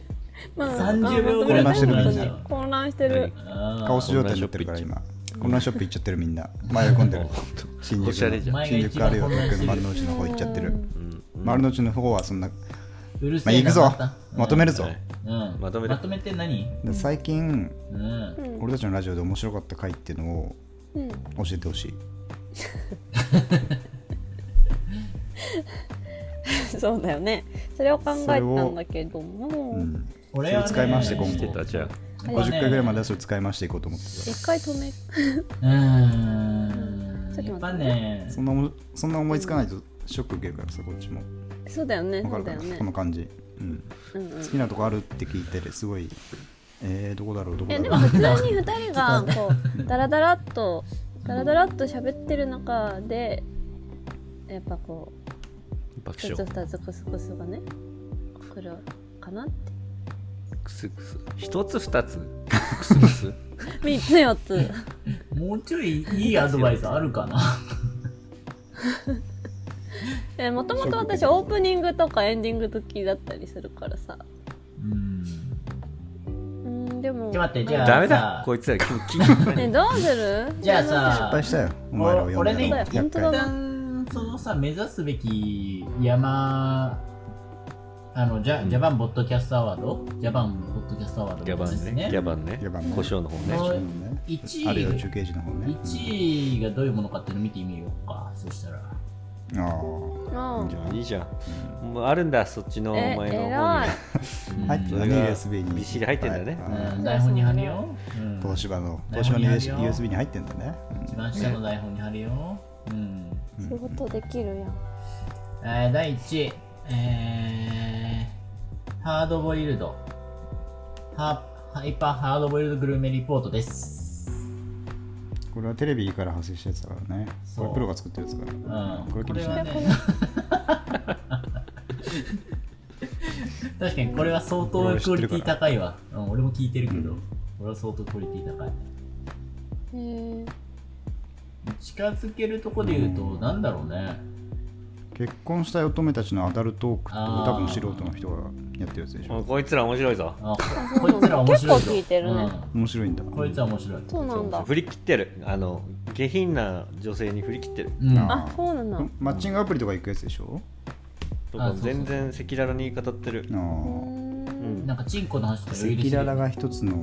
Speaker 4: 30秒ぐ
Speaker 2: らい
Speaker 3: 混
Speaker 2: 混乱
Speaker 3: 乱
Speaker 2: し
Speaker 3: してて
Speaker 2: る
Speaker 3: る
Speaker 2: みんな
Speaker 3: 混乱してる
Speaker 2: カオス状態になってるから今混乱ショップ行っちゃってるみんな迷い込んでる新
Speaker 1: おしゃれ
Speaker 2: 宿
Speaker 1: じ
Speaker 4: ゃ
Speaker 2: の
Speaker 4: ん
Speaker 2: 新宿あるよ丸の内の方行っちゃってる丸の内の方はそんなま
Speaker 4: うるせ
Speaker 2: あ
Speaker 4: えな
Speaker 2: 行くぞまとめ
Speaker 4: る
Speaker 2: るぞ
Speaker 1: はい
Speaker 4: うん
Speaker 1: まとめる
Speaker 4: まとめて何
Speaker 2: で最近
Speaker 4: うん
Speaker 2: 俺たちのラジオで面白かった回っていうのを
Speaker 3: うん
Speaker 2: 教えてほしい
Speaker 3: そうだよねそれを考えたんだけど
Speaker 2: う
Speaker 3: も
Speaker 2: んそ
Speaker 4: 俺
Speaker 2: れ
Speaker 4: は
Speaker 2: を
Speaker 4: ね
Speaker 2: 使い回して今
Speaker 1: して
Speaker 2: 後
Speaker 1: たじゃ
Speaker 2: 50回ぐらいまではそれ使い回していこうと思ってる
Speaker 3: 一回止め
Speaker 4: うーんやっぱね
Speaker 2: そんなもそんな思いつかないとショック受けるからさこっちも
Speaker 3: そうだよね
Speaker 2: わか
Speaker 3: そう
Speaker 2: る
Speaker 3: だ
Speaker 2: か
Speaker 3: よ
Speaker 2: な
Speaker 3: ね
Speaker 2: この感じうん
Speaker 3: うんうん
Speaker 2: 好きなとこあるって聞いててすごいえーどこだろうどこ
Speaker 3: え
Speaker 2: だ
Speaker 3: で
Speaker 2: ろ
Speaker 3: も
Speaker 2: う
Speaker 3: 普通に2人がこうダラダラっとダラダラっと喋ってる中でやっぱこう
Speaker 1: 爆
Speaker 3: 一つ
Speaker 1: 笑
Speaker 3: 二つクスクスがね来るかな って
Speaker 1: クスクス一つ二つ クスクス
Speaker 3: 3つ4つ
Speaker 4: もうちょいいいアドバイスあるかな
Speaker 3: えもともと私オープニングとかエンディング時だったりするからさ
Speaker 4: うん
Speaker 3: うんでも
Speaker 4: ちょっと待ってじゃあ
Speaker 1: ダメだこい つら君聞いて
Speaker 3: ねどうする
Speaker 4: じゃあ
Speaker 2: 失敗
Speaker 4: さ
Speaker 2: したよお前らを呼んだ
Speaker 4: 俺ね
Speaker 2: ら100
Speaker 3: 本当
Speaker 2: 回
Speaker 3: だ
Speaker 4: 一旦そのさ目指すべき山ああのジャ、ジャパンボッドキャストアワード、ジャパンボッドキャストアワード
Speaker 1: ギャバ
Speaker 4: で
Speaker 1: ン
Speaker 4: す
Speaker 1: ね
Speaker 4: ね。
Speaker 1: ギャバンね
Speaker 2: ギャバンね
Speaker 1: 胡椒の方
Speaker 4: あ
Speaker 1: ね
Speaker 4: の
Speaker 2: ね
Speaker 4: 一
Speaker 2: あれよ
Speaker 4: 位、
Speaker 2: 中継時の方ね
Speaker 4: 一位がどういうものかっていうのを見てみようか。そしたら。
Speaker 2: あ
Speaker 3: あ
Speaker 2: あ
Speaker 1: いいじゃんもうあるんだそっちのお前
Speaker 3: え
Speaker 1: の方に
Speaker 3: 偉い
Speaker 4: うん
Speaker 2: 入ってた
Speaker 1: それ
Speaker 2: ね
Speaker 1: が
Speaker 2: USB に
Speaker 1: びっしり入ってんだね
Speaker 2: はいはい
Speaker 4: うん台本に貼るよ。うん
Speaker 2: 東芝の
Speaker 4: 台
Speaker 2: 東芝
Speaker 4: 本
Speaker 2: の
Speaker 4: にあるよ
Speaker 2: USB に入ってんだね
Speaker 4: 一番下の台本に貼るよ。うん。
Speaker 3: 仕事できるやん
Speaker 4: えー第1位、えーハードボイルドハ、ハイパーハードボイルドグルメリポートです。
Speaker 2: これはテレビから発生したやつだからね
Speaker 4: そ
Speaker 2: こ
Speaker 4: う
Speaker 2: れプロが作ってるやつだか
Speaker 4: う
Speaker 2: ら
Speaker 4: ん、
Speaker 2: これ気
Speaker 4: こ
Speaker 2: に
Speaker 4: れ
Speaker 2: しな
Speaker 4: はいね、 確かにこれは相当
Speaker 2: 俺は知
Speaker 4: ク
Speaker 2: っ
Speaker 4: オ
Speaker 2: て
Speaker 4: リ
Speaker 2: る
Speaker 4: テ
Speaker 2: から
Speaker 4: ィ高いわ。うん、俺も聞いてるけど、俺は相当クオリティ高い。
Speaker 3: へえ
Speaker 4: 近づけるとこで言うと、なんだろうね。
Speaker 2: 結婚したい乙女たちのアダルトークと
Speaker 4: あー
Speaker 2: 多分素人の人がやってるやつでし
Speaker 1: もう
Speaker 2: ょ
Speaker 1: こいつら面白いぞ
Speaker 4: あ
Speaker 3: う
Speaker 4: こいつら面白い
Speaker 3: 結
Speaker 4: ぞ。
Speaker 3: 構聞いてるね
Speaker 2: 面白いんだ
Speaker 4: うんこいつは面白い。
Speaker 3: そうなんだ
Speaker 1: 振り切ってるあの下品な女性に振り切ってる
Speaker 4: うん
Speaker 2: あ
Speaker 3: あそうなんだ
Speaker 2: マッチングアプリとか行くやつでしょ
Speaker 1: とか
Speaker 4: あそうそう
Speaker 1: 全然赤裸々に語ってる
Speaker 2: あー
Speaker 3: う
Speaker 1: う
Speaker 3: ーん
Speaker 1: ん
Speaker 4: なんかチンコの話とか
Speaker 2: 赤
Speaker 4: いろいろしてる
Speaker 2: 裸々が一つの、
Speaker 4: う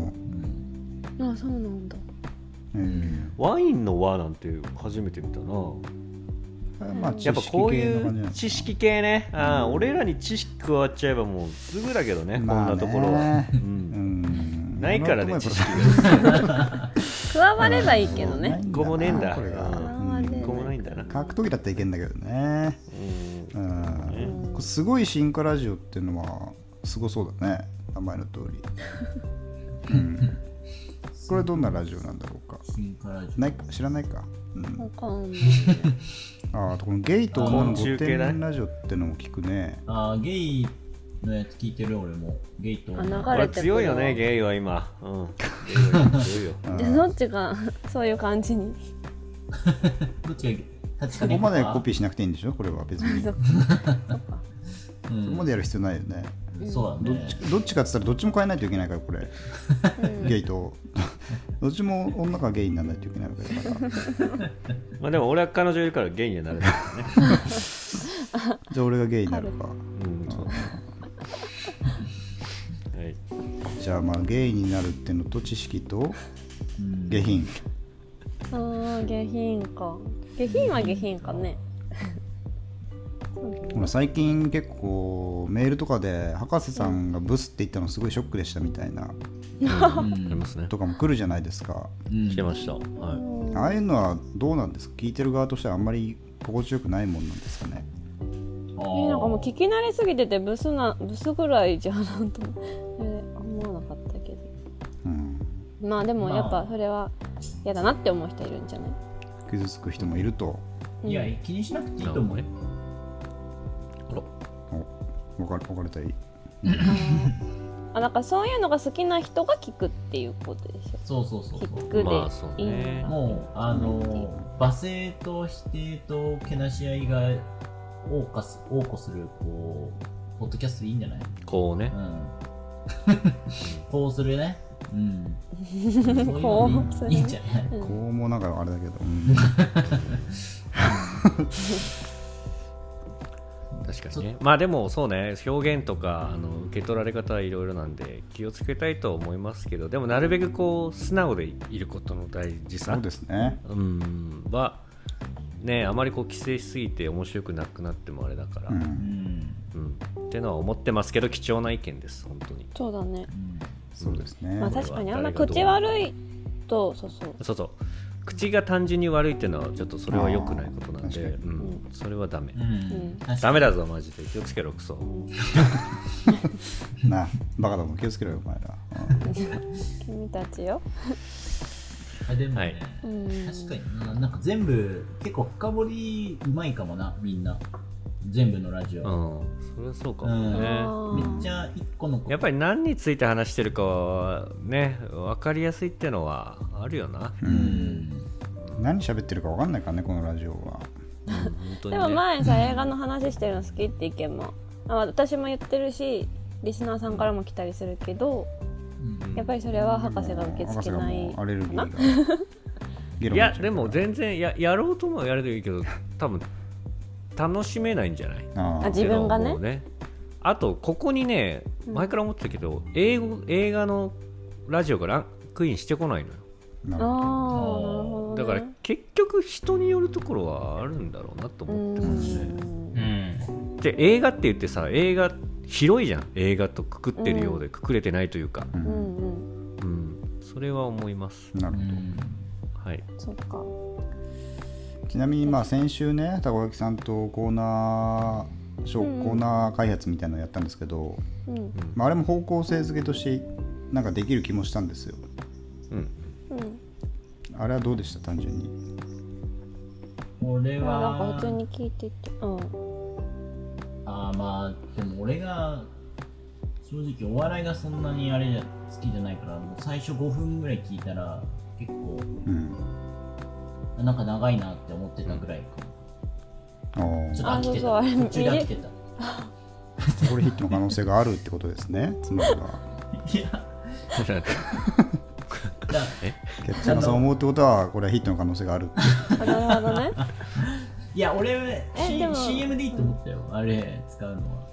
Speaker 4: ん
Speaker 3: あそうなんだ
Speaker 2: うん
Speaker 1: ワインの和なんて初めて見たな
Speaker 2: まあ
Speaker 1: やっぱこういう
Speaker 2: 知
Speaker 1: 知
Speaker 2: 識
Speaker 1: 識系ねあー俺らに知識加わっちゃえばもうすぐだけどねこ
Speaker 2: 系
Speaker 1: ん
Speaker 2: の
Speaker 1: な
Speaker 2: 感じ
Speaker 1: と
Speaker 2: なんです
Speaker 1: こ
Speaker 2: か
Speaker 1: ろはうん
Speaker 2: まあねうん
Speaker 1: ないからね
Speaker 2: こんとこ
Speaker 1: 知
Speaker 2: やっぱ
Speaker 1: 識
Speaker 3: 加わればいいけど
Speaker 2: ないん
Speaker 3: ね
Speaker 2: だな
Speaker 1: 一個もねえんだ
Speaker 2: これが
Speaker 1: うん
Speaker 2: うん
Speaker 1: 一個もないんだな
Speaker 2: 格闘技だったらいけんだけどね
Speaker 1: うん
Speaker 2: うんこれすごい進化ラジオっていうのはすごそうだね名前の通り、うん、これどんなラジオなんだろうか
Speaker 4: 新カラジ
Speaker 2: ないか知らないか、う
Speaker 3: わ
Speaker 2: ん、
Speaker 3: かんない
Speaker 2: ああこのゲイと女の
Speaker 1: 昆
Speaker 2: 5
Speaker 1: 虫系だね
Speaker 2: 点ラジオってのも聞くね
Speaker 4: オあーゲイのやつ聞いてる俺もゲイと
Speaker 3: あ
Speaker 1: こ
Speaker 3: 流
Speaker 1: れ
Speaker 3: れてくる
Speaker 1: 強いよねゲイは今うんゲイは強い よ
Speaker 3: じゃあどっちがそういう感じに
Speaker 4: どっちが立ち
Speaker 2: そ
Speaker 4: か
Speaker 2: こ
Speaker 4: け
Speaker 2: までコピ
Speaker 4: ー
Speaker 2: ーしなくていいんでしょこれは別に
Speaker 3: そ
Speaker 2: そ
Speaker 3: っ
Speaker 2: こ
Speaker 3: かそっか
Speaker 4: う
Speaker 2: ま
Speaker 4: ん
Speaker 2: でやる必要ないよね
Speaker 4: そうだ
Speaker 2: ど
Speaker 4: ね
Speaker 2: っちどっちかって言ったらどっちも変えないといけないからこれ
Speaker 3: うん
Speaker 2: ゲイと どっちも女がゲイにならないといけないわけだから
Speaker 1: まあでも俺は彼女いるからゲイにはなれないからね
Speaker 2: じゃあ俺がゲイになるか
Speaker 1: うんそうはい
Speaker 2: じゃあまあゲイになるってのと知識と
Speaker 4: うん
Speaker 2: 下品
Speaker 3: あー下品か下品は下品かね
Speaker 2: ほら最近結構メールとかで博士さんがブスって言ったのすごいショックでしたみたいな
Speaker 1: ありますね
Speaker 2: とかも来るじゃないですか
Speaker 4: うん
Speaker 1: 来てましたはい
Speaker 2: ああいうのはどうなんですか聞いてる側としてはあんまり心地よくないもんなんですかね
Speaker 3: え
Speaker 4: あー
Speaker 3: ーなんかもう聞き慣れすぎててブスなブスぐらいじゃなんとも、 えー、思わなかったけど
Speaker 2: うん
Speaker 3: まあでも
Speaker 4: まあ
Speaker 3: やっぱそれは嫌だなって思う人いるんじゃない、
Speaker 2: 傷つく人もいると
Speaker 3: うん
Speaker 4: いや気にしなくていいと思う
Speaker 1: あら
Speaker 2: お別れ別れたり
Speaker 3: あなんかそういうのが好きな人が聞くっていうことでしょ
Speaker 4: そうそうそうそ
Speaker 3: 聞
Speaker 4: う
Speaker 3: く
Speaker 1: まあそう
Speaker 3: でいいの
Speaker 1: ね
Speaker 3: かな、
Speaker 4: もうあのー罵声と否定とけなし合いが謳歌す謳歌するこうポッドキャストでいいんじゃない
Speaker 1: こうね
Speaker 4: うん。こうするね。うん。
Speaker 3: こ
Speaker 4: こ
Speaker 3: うする
Speaker 4: いいんじゃない。
Speaker 2: こうもなんかあれだけど、うん
Speaker 1: 確かにねまあでもそうね表現とかあの受け取られ方はいろいろなんで気をつけたいとは思いますけどでもなるべくこう素直でいることの大事
Speaker 2: そ
Speaker 1: さ
Speaker 2: うですね
Speaker 1: うんはねあまりこう規制しすぎて面白くなくなってもあれだから、
Speaker 2: う
Speaker 1: うん
Speaker 2: ん
Speaker 1: ってのは思ってますけど貴重な意見です本当に
Speaker 3: そうだね
Speaker 2: そうですね
Speaker 3: まあ
Speaker 1: これは
Speaker 3: 確かにあんま
Speaker 1: 誰がどう
Speaker 3: 口悪いとそうそう
Speaker 1: そうそう口が単純に悪いっていうのはちょっとそれは良くないことなんで、
Speaker 2: あー
Speaker 1: う
Speaker 2: 確か
Speaker 1: ん、それはダメ、
Speaker 4: うん。うん。確か
Speaker 1: ダメだぞマジで気をつけろクソ
Speaker 2: なバカだもん気をつけろよお前ら、うん
Speaker 3: 君たちよ、
Speaker 4: に。あでも
Speaker 1: は
Speaker 4: ね
Speaker 1: い。
Speaker 3: うん、
Speaker 4: 確かにな。なんか全部結構深掘りうまいかもなみんな。全部のラジ
Speaker 1: う
Speaker 4: オ。
Speaker 1: んそれはそうか
Speaker 4: う
Speaker 1: も
Speaker 4: ん
Speaker 1: ね、
Speaker 4: めっちゃ一個の。
Speaker 1: やっぱり何について話してるかはね分かりやすいってのはあるよな、
Speaker 4: り。うん。
Speaker 2: 何喋ってるか分かんないからねこのラジオは
Speaker 1: 本当にね
Speaker 3: でも前さ映画の話してるの好きって意見もあ私も言ってるしリスナーさんからも来たりするけどやっぱりそれは博士が受け付けな
Speaker 2: も
Speaker 3: いう
Speaker 2: 博士がもうアレルギーがゲ
Speaker 1: い
Speaker 2: ロ にな
Speaker 1: や
Speaker 2: っちゃうから
Speaker 1: でも全然ややろうともやればいいけど多分楽しめないんじゃない
Speaker 2: あ
Speaker 3: あ
Speaker 2: あ
Speaker 3: 自分がね
Speaker 1: ってのはもうあとここにね
Speaker 3: うん
Speaker 1: 前から思ってたけど、英語映画のラジオがランクインしてこないのよ
Speaker 2: なる
Speaker 3: ああなる
Speaker 2: ほど
Speaker 3: ほど、
Speaker 1: だ
Speaker 3: ね、
Speaker 1: から結局人によるところはあるんだろうなと
Speaker 3: う
Speaker 1: 思ってますね
Speaker 3: ん
Speaker 4: うん。
Speaker 1: で映画って言ってさ映画広いじゃん映画とくくってるようでくくれてないというか、
Speaker 2: う
Speaker 3: うんんうん
Speaker 1: うん、それは思います
Speaker 2: なるほ
Speaker 1: はい
Speaker 3: そっか。
Speaker 2: どちなみにまあ先週ねたこ焼きさんとコーナーショ
Speaker 3: うん
Speaker 2: ーコーナー開発みたいなのやったんですけど、
Speaker 3: うん
Speaker 2: まあ、あれも方向性づけとしてなんかできる気もしたんですよ
Speaker 1: うん
Speaker 3: うん。
Speaker 2: あれはどうでした単純に
Speaker 4: これ
Speaker 3: いや
Speaker 4: は、
Speaker 3: なんか普通に聞いてて、うん。
Speaker 4: あーまあ、でも俺が、正直お笑いがそんなにあれじゃ好きじゃないから、もう最初5分ぐらい聞いたら、結構、
Speaker 2: うん
Speaker 4: あなんか長いなって思ってたぐらいかも。
Speaker 2: あ
Speaker 4: ちょ
Speaker 2: あ
Speaker 4: っと飽きて
Speaker 3: あ
Speaker 4: た。
Speaker 3: そうそう
Speaker 4: 途中で飽きてた。
Speaker 2: これヒットの可能性があるってことです ねつまりは
Speaker 4: いや、だ
Speaker 2: ケッチャーがそう思うってことはこれはヒットの可能性があるって
Speaker 3: なるほどね。
Speaker 4: いや俺、C、
Speaker 3: でも
Speaker 4: CM でいいと思ったよ、あれ使うのは。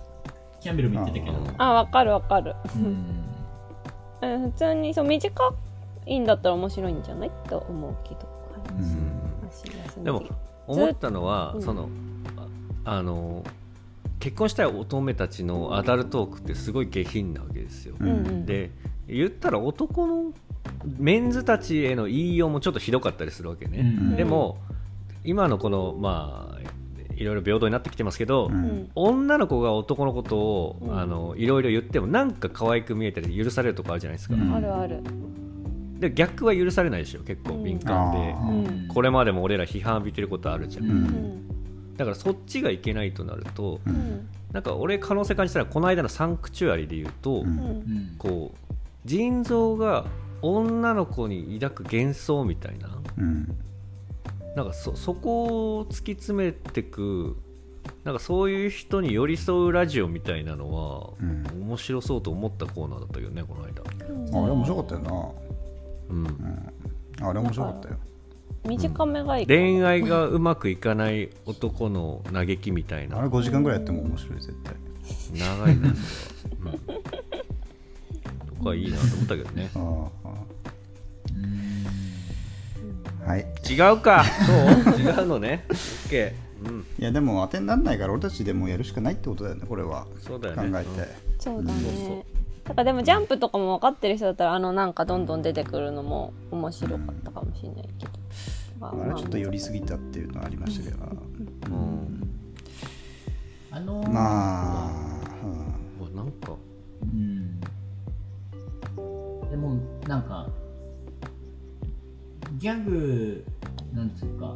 Speaker 4: キャンベルも言ってたけど。
Speaker 2: あ
Speaker 3: あ、わかるわかる。
Speaker 4: うん
Speaker 3: うん普通にそう短いんだったら面白いんじゃないと思うけど。
Speaker 2: うん
Speaker 3: 足休 み
Speaker 1: でも思ったのは、
Speaker 3: うん
Speaker 1: そのああの結婚したい乙女たちのアダルトークってすごい下品なわけですよ、
Speaker 2: う
Speaker 3: うんんうん。
Speaker 1: で言ったら男のメンズたちへの言いようもちょっとひどかったりするわけ
Speaker 4: う
Speaker 1: ね、
Speaker 4: ん
Speaker 1: でも今のこのまあいろいろ平等になってきてますけど、
Speaker 2: う
Speaker 3: うんん
Speaker 1: 女の子が男のことを、
Speaker 3: うん
Speaker 1: あのいろいろ言ってもなんか可愛く見えたり許されるとこあるじゃないですか、
Speaker 2: うん
Speaker 3: あるある。
Speaker 1: で逆は許されないでしょ結構敏感で、
Speaker 2: あ
Speaker 3: うん
Speaker 1: これまでも俺ら批判浴びてることあるじゃん、
Speaker 4: う
Speaker 2: うん
Speaker 3: うん
Speaker 1: だからそっちがいけないとなると
Speaker 2: う
Speaker 3: うんん
Speaker 1: なんか俺可能性感じたらこの間のサンクチュアリで言うと、
Speaker 2: うん
Speaker 3: うん
Speaker 4: うん
Speaker 1: こう腎臓が女の子に抱く幻想みたいな
Speaker 2: うん
Speaker 1: なんかそそこを突き詰めてくなんかそういう人に寄り添うラジオみたいなのは
Speaker 2: うん
Speaker 1: 面白そうと思ったコーナーだったけどねこの間、
Speaker 2: あれ面白かったよ
Speaker 1: うん、
Speaker 2: な、うん、あれ面白かったよ
Speaker 3: 短めがいい。
Speaker 1: 恋愛がうまくいかない男の嘆きみたい
Speaker 2: あれ
Speaker 1: な
Speaker 2: 5時間ぐらいやっても面白い絶対
Speaker 1: 長いなそれは、うん、とかいいなと思ったけどね
Speaker 2: あーあーはい
Speaker 1: 違うかそう違うのね OK、うん、
Speaker 2: いやでも当てにならないから俺たちでもうやるしかないってことだよねこれは
Speaker 1: そうだ
Speaker 2: 考
Speaker 1: よね
Speaker 2: えて、
Speaker 3: そうだ
Speaker 1: そうそう
Speaker 3: ね。だからでもジャンプとかも分かってる人だったらあのなんかどんどん出てくるのも面白かったかもしれないけど。ま
Speaker 2: あれちょっと寄りすぎたっていうのはありましたけどな
Speaker 1: うんうん
Speaker 4: あのー
Speaker 2: まあ、
Speaker 1: うわなんか
Speaker 4: うんでもなんかギャグなんつうか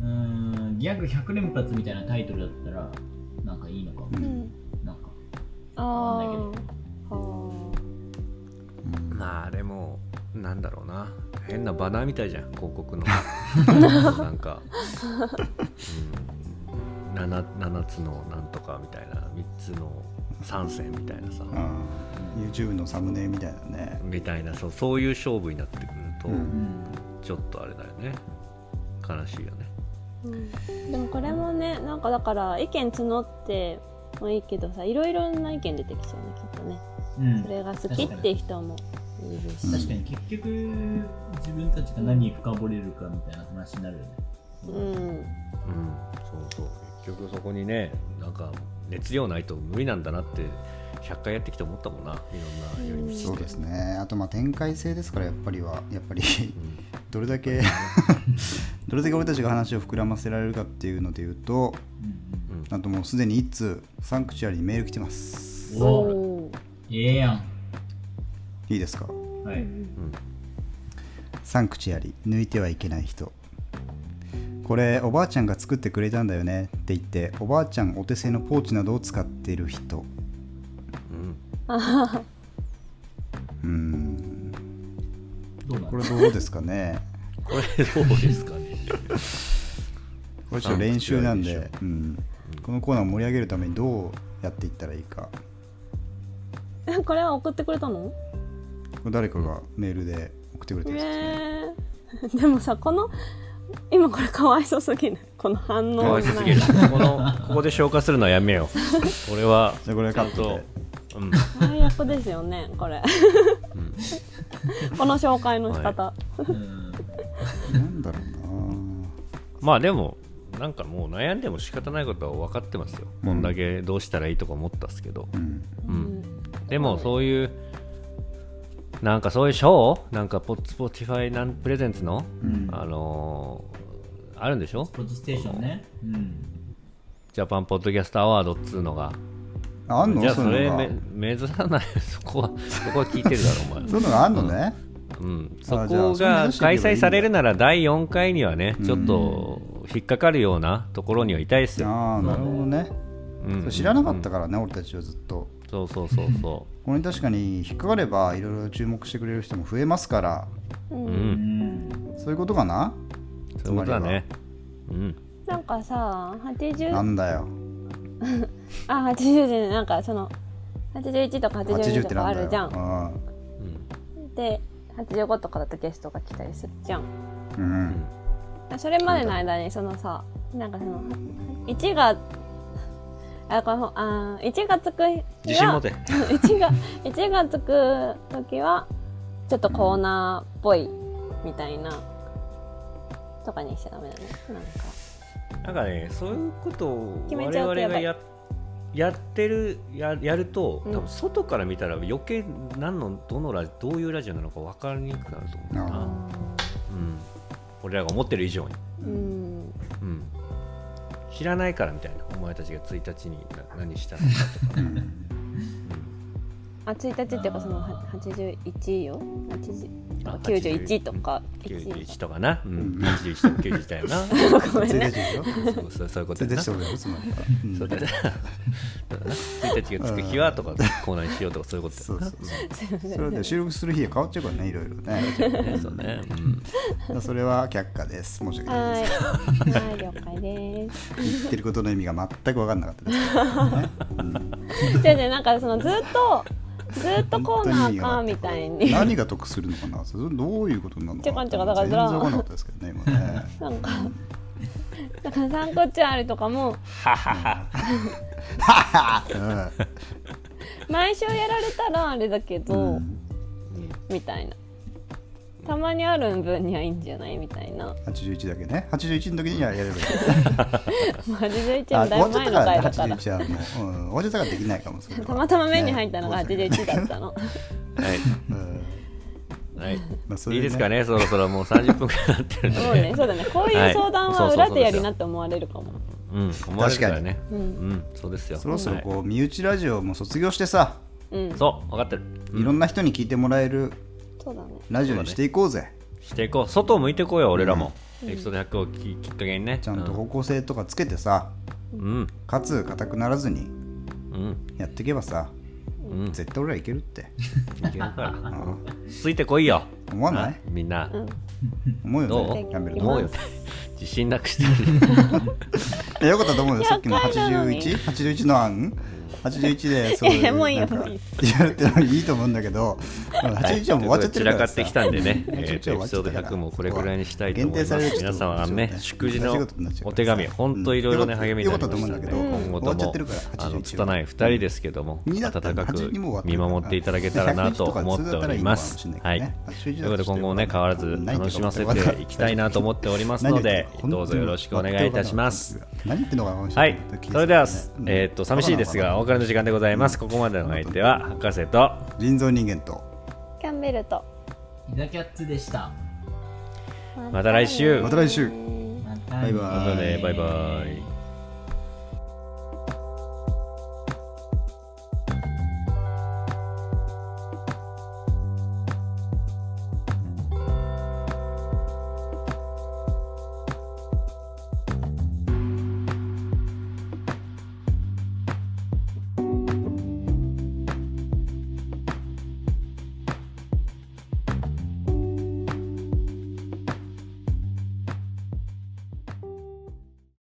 Speaker 4: うーんギャグ100連発みたいなタイトルだったらなんかいいのかも
Speaker 2: う
Speaker 3: うんん。
Speaker 4: なんか
Speaker 3: あ
Speaker 4: わか
Speaker 3: ー
Speaker 4: んない
Speaker 3: は
Speaker 2: うん
Speaker 1: まあでもなんだろうな変なバナーみたいじゃん広告 のなんか、うん、7, つのなんとかみたいな3つの3線みたいなさ
Speaker 2: うん YouTube のサムネみたいなね
Speaker 1: みたいなそうそういう勝負になってくると、
Speaker 2: うん
Speaker 4: うん
Speaker 1: ちょっとあれだよね悲しいよね
Speaker 3: あうんでもこれもねなんかだから意見募ってもいいけどさいろいろな意見出てきちゃうねきっとね
Speaker 4: うん
Speaker 3: それが好きっていう人もいるし
Speaker 4: 確かに結局自分たちが何深掘れるかみたいな話になるよね
Speaker 3: うん
Speaker 1: うんそうそう結局そこにねなんか熱量ないと無理なんだなって100回やってきて思ったもんないろんな寄り道して
Speaker 2: そうですねあとまあ展開性ですからやっぱりはやっぱり
Speaker 1: うん
Speaker 2: どれだけ どれだけ俺たちが話を膨らませられるかっていうので言うと
Speaker 4: うん
Speaker 2: なんともうすでに1通サンクチュアリにメール来てます
Speaker 4: うんおお
Speaker 3: おー
Speaker 4: ええや
Speaker 2: いいですか
Speaker 4: んはい
Speaker 2: サンクチュアリ抜いてはいけない人これおばあちゃんが作ってくれたんだよねって言っておばあちゃんお手製のポーチなどを使ってる人
Speaker 1: うん
Speaker 2: うーん
Speaker 4: どうな
Speaker 2: こ
Speaker 4: の
Speaker 2: れどうですか ね
Speaker 1: これどうですかね
Speaker 2: これちょっと練習なんで
Speaker 1: サンクチュアリで
Speaker 2: うん、このコーナーを盛り上げるためにどうやっていったらいいか
Speaker 3: え これは送ってくれたの
Speaker 2: これ誰かがメールで送ってくれたやつですね、
Speaker 3: えーでもさこの今これかわいそうすぎないこの反応
Speaker 1: かわいそうすぎる
Speaker 3: か
Speaker 1: このここで消化するのはやめよう俺は
Speaker 2: じゃあこれ
Speaker 1: ち
Speaker 2: カ
Speaker 1: ゃん
Speaker 2: ット
Speaker 1: と
Speaker 2: で、
Speaker 1: うん
Speaker 3: 最悪ですよねこれ
Speaker 1: うん、
Speaker 3: この紹介の仕方、
Speaker 4: うん
Speaker 2: なんだろう
Speaker 1: まあでもなんかもう悩んでも仕方ないことは分かってますよ、こんだけどうしたらいいとか思ったっすけど
Speaker 2: なうん
Speaker 3: う
Speaker 1: でもそういうなんかそういう賞なんかポッツポティファイなんプレゼンツの、
Speaker 2: うん
Speaker 1: あのーあるんでしょ
Speaker 4: ポジステーションね。うん。
Speaker 1: ジャパンポッドキャストアワードっつうのが
Speaker 2: ああんの
Speaker 1: じゃあ
Speaker 2: そう
Speaker 1: そ
Speaker 2: いう
Speaker 1: れ
Speaker 2: のが
Speaker 1: め目指さない そこはそこは聞いてるだろお前
Speaker 2: そういうのがあんのね、
Speaker 1: うん、
Speaker 2: じゃ
Speaker 1: そ
Speaker 2: あ
Speaker 1: こ
Speaker 2: それ目
Speaker 1: が
Speaker 2: 指してい
Speaker 1: 開
Speaker 2: けばいいんだ
Speaker 1: 催されるなら第4回にはね
Speaker 2: うん
Speaker 1: ちょっと引っかかるようなところにはいたいですよ、
Speaker 2: ああなるほどね、
Speaker 1: うん
Speaker 2: それ知らなかった
Speaker 1: うん
Speaker 2: からね、俺たちはずっと
Speaker 1: そうそうそうそ
Speaker 2: これに確かに引っかかればいろいろ注目してくれる人も増えますから
Speaker 3: うん
Speaker 1: うう
Speaker 4: うんん。
Speaker 2: そういうことかな
Speaker 1: そういうことだねうん
Speaker 3: なんかさ
Speaker 2: な
Speaker 3: 80
Speaker 2: んだよ
Speaker 3: あ80でなんかその81とか82
Speaker 2: 80っ
Speaker 3: と
Speaker 2: て
Speaker 3: か
Speaker 2: な
Speaker 3: あ
Speaker 2: んだ
Speaker 3: るじゃん
Speaker 2: よ
Speaker 1: うん
Speaker 3: で85とかだとゲストが来たりするじゃん
Speaker 2: うん、うん
Speaker 3: それまでの間にそのさなんかその1があこのあー1がつく日は
Speaker 1: 自信持て
Speaker 3: 1, が1がつく時はちょっとコーナーっぽいみたいなとかにしちゃダメだねなん
Speaker 1: な
Speaker 3: か
Speaker 1: んかねそういうことを
Speaker 3: 決めち
Speaker 1: 我
Speaker 3: ゃ
Speaker 1: 々
Speaker 3: うとやば
Speaker 1: が
Speaker 3: い
Speaker 1: ややってるややると
Speaker 3: うん
Speaker 1: 多分外から見たら余計何のどのラジどういうラジオなのか分かりにくくなると思うな、
Speaker 2: あ
Speaker 1: うん、俺らが思ってる以上に、
Speaker 3: うん
Speaker 1: うん、知らないからみたいなお前たちが1日にな何したのか
Speaker 2: うん
Speaker 3: あ1日っていうかそのは81よ80
Speaker 1: あ
Speaker 3: あ91とか
Speaker 1: 91とかな、うんん、81とか91だよ な
Speaker 3: ごめん
Speaker 2: 全然違
Speaker 3: ね
Speaker 2: うよ
Speaker 1: そうそうそういうこと
Speaker 2: 全
Speaker 1: や
Speaker 2: 然
Speaker 1: なそ
Speaker 2: 違
Speaker 1: う
Speaker 2: うよつまりはう
Speaker 1: だな
Speaker 2: ん
Speaker 1: そうだな1日がつく日はとかコーナーにしようとかそういうこと
Speaker 2: そう
Speaker 1: や
Speaker 2: そう
Speaker 1: な
Speaker 2: そう
Speaker 3: すいません
Speaker 2: それで収録する日が変わっちゃうからねいろいろね
Speaker 1: ねそうね、うん
Speaker 2: だからそれは却下です申し訳ない
Speaker 3: は
Speaker 2: で
Speaker 3: ーいはい了解です
Speaker 2: す言ってることの意味が全く分かんなか ったです
Speaker 3: じゃあねなんかそのずっとずっとコーナーかみたいに
Speaker 2: 何が得するのかなそれどういうことになるのかな
Speaker 3: ちょこんちょこだから
Speaker 2: 全然分かんなかったですけどね今 ね
Speaker 3: なんかなんかサンコチュアルとかも
Speaker 1: ははは
Speaker 3: 毎週やられたらあれだけ
Speaker 2: う
Speaker 3: ど、
Speaker 2: ん
Speaker 3: みたいなたまにある分にはいいんじゃないみたい な
Speaker 2: 81だけね81の時にはやればいい
Speaker 3: 81
Speaker 2: あ
Speaker 3: の
Speaker 2: 終
Speaker 3: だい
Speaker 2: わ
Speaker 3: ぶ
Speaker 2: っちゃったか
Speaker 3: 前の回だからら
Speaker 2: 81はもう、うん、終わっちゃったからできないかもそれは
Speaker 3: たまたま目に入ったのが81だったの、
Speaker 1: い、
Speaker 2: うん
Speaker 1: はい
Speaker 2: まあそ
Speaker 1: い
Speaker 2: れ
Speaker 1: い
Speaker 2: で
Speaker 1: で
Speaker 2: ね
Speaker 1: すかねそろそろもう30分くらいなってるんで
Speaker 3: そうねそうだねこういう相談は裏でやりなって思われるかも、
Speaker 1: うん思われるからね
Speaker 3: う
Speaker 1: うんんそうですよ
Speaker 2: そろそろ
Speaker 1: はい
Speaker 2: こう身内ラジオも卒業してさ
Speaker 3: うん
Speaker 1: そう分かってる
Speaker 2: いろんな人に聞いてもらえる
Speaker 3: そうだね
Speaker 2: ラジオにしていこうぜ
Speaker 1: していこう外を向いていこうよ俺らも、エピソード100をききっかけにね
Speaker 2: ちゃんと方向性とかつけてさ
Speaker 1: うん
Speaker 2: かつ硬くならずに
Speaker 1: うん
Speaker 2: やっていけばさ
Speaker 1: うん
Speaker 2: 絶対俺らいけ るって
Speaker 1: いけるから
Speaker 2: うん
Speaker 1: ついてこいよ
Speaker 2: 思わない
Speaker 1: みんな、
Speaker 3: うん
Speaker 2: 思うよ
Speaker 1: ど
Speaker 2: ね
Speaker 1: う
Speaker 2: キャンベル
Speaker 3: 思
Speaker 1: どうよ自信なくしてる
Speaker 2: いやよかったと思うよさっきの
Speaker 3: 100回なのに
Speaker 2: 81?81 の案 ?81 でそう
Speaker 3: いや
Speaker 2: いう
Speaker 3: もういい
Speaker 2: な
Speaker 3: よ
Speaker 2: んか
Speaker 3: もういい
Speaker 2: やるってのはいいと思うんだけど81はもう終わっちゃって
Speaker 1: 散
Speaker 2: るからさ、
Speaker 1: らかってきたんでね
Speaker 2: 81
Speaker 1: えーとエピソード100もこれくらいにしたいと思いま
Speaker 2: 限定される
Speaker 1: す。
Speaker 2: と
Speaker 1: 皆様はね、
Speaker 2: ちょっと
Speaker 1: 祝辞のお手紙、本当いろいろね、
Speaker 2: うん
Speaker 1: 励みになりましたので、
Speaker 2: よかったと思うんだけど
Speaker 1: 今後
Speaker 2: 終わ
Speaker 1: と
Speaker 2: っちゃってる
Speaker 1: も
Speaker 2: から、
Speaker 1: あの、
Speaker 2: 81
Speaker 1: 拙い二人ですけども、
Speaker 2: にな
Speaker 1: 温
Speaker 2: ったら
Speaker 1: かく
Speaker 2: 82も終わって
Speaker 1: 見
Speaker 2: るから
Speaker 1: 守っていただけたらなと思っております
Speaker 2: 100人と。か
Speaker 1: は
Speaker 2: で
Speaker 1: い
Speaker 2: 通だ
Speaker 1: とい
Speaker 2: ったらいいかもしれないけどね。
Speaker 1: うことで、今後もね、変わらず楽しませていきたいなと思っておりますので、どうぞよろしくお願いいたします。。
Speaker 2: 何言ってんのか分かん
Speaker 1: は
Speaker 2: ない
Speaker 1: い、それでは、えーっと、寂しいですが、お別れの時間でございます。ここまでのお相手は、博士と、
Speaker 2: 人造人間と。
Speaker 3: キャンベルと
Speaker 4: ひだキャッツでした。
Speaker 1: また来週
Speaker 2: また来週
Speaker 3: ね
Speaker 4: また
Speaker 2: バ
Speaker 4: ね
Speaker 2: イバ
Speaker 1: またねバイバイ。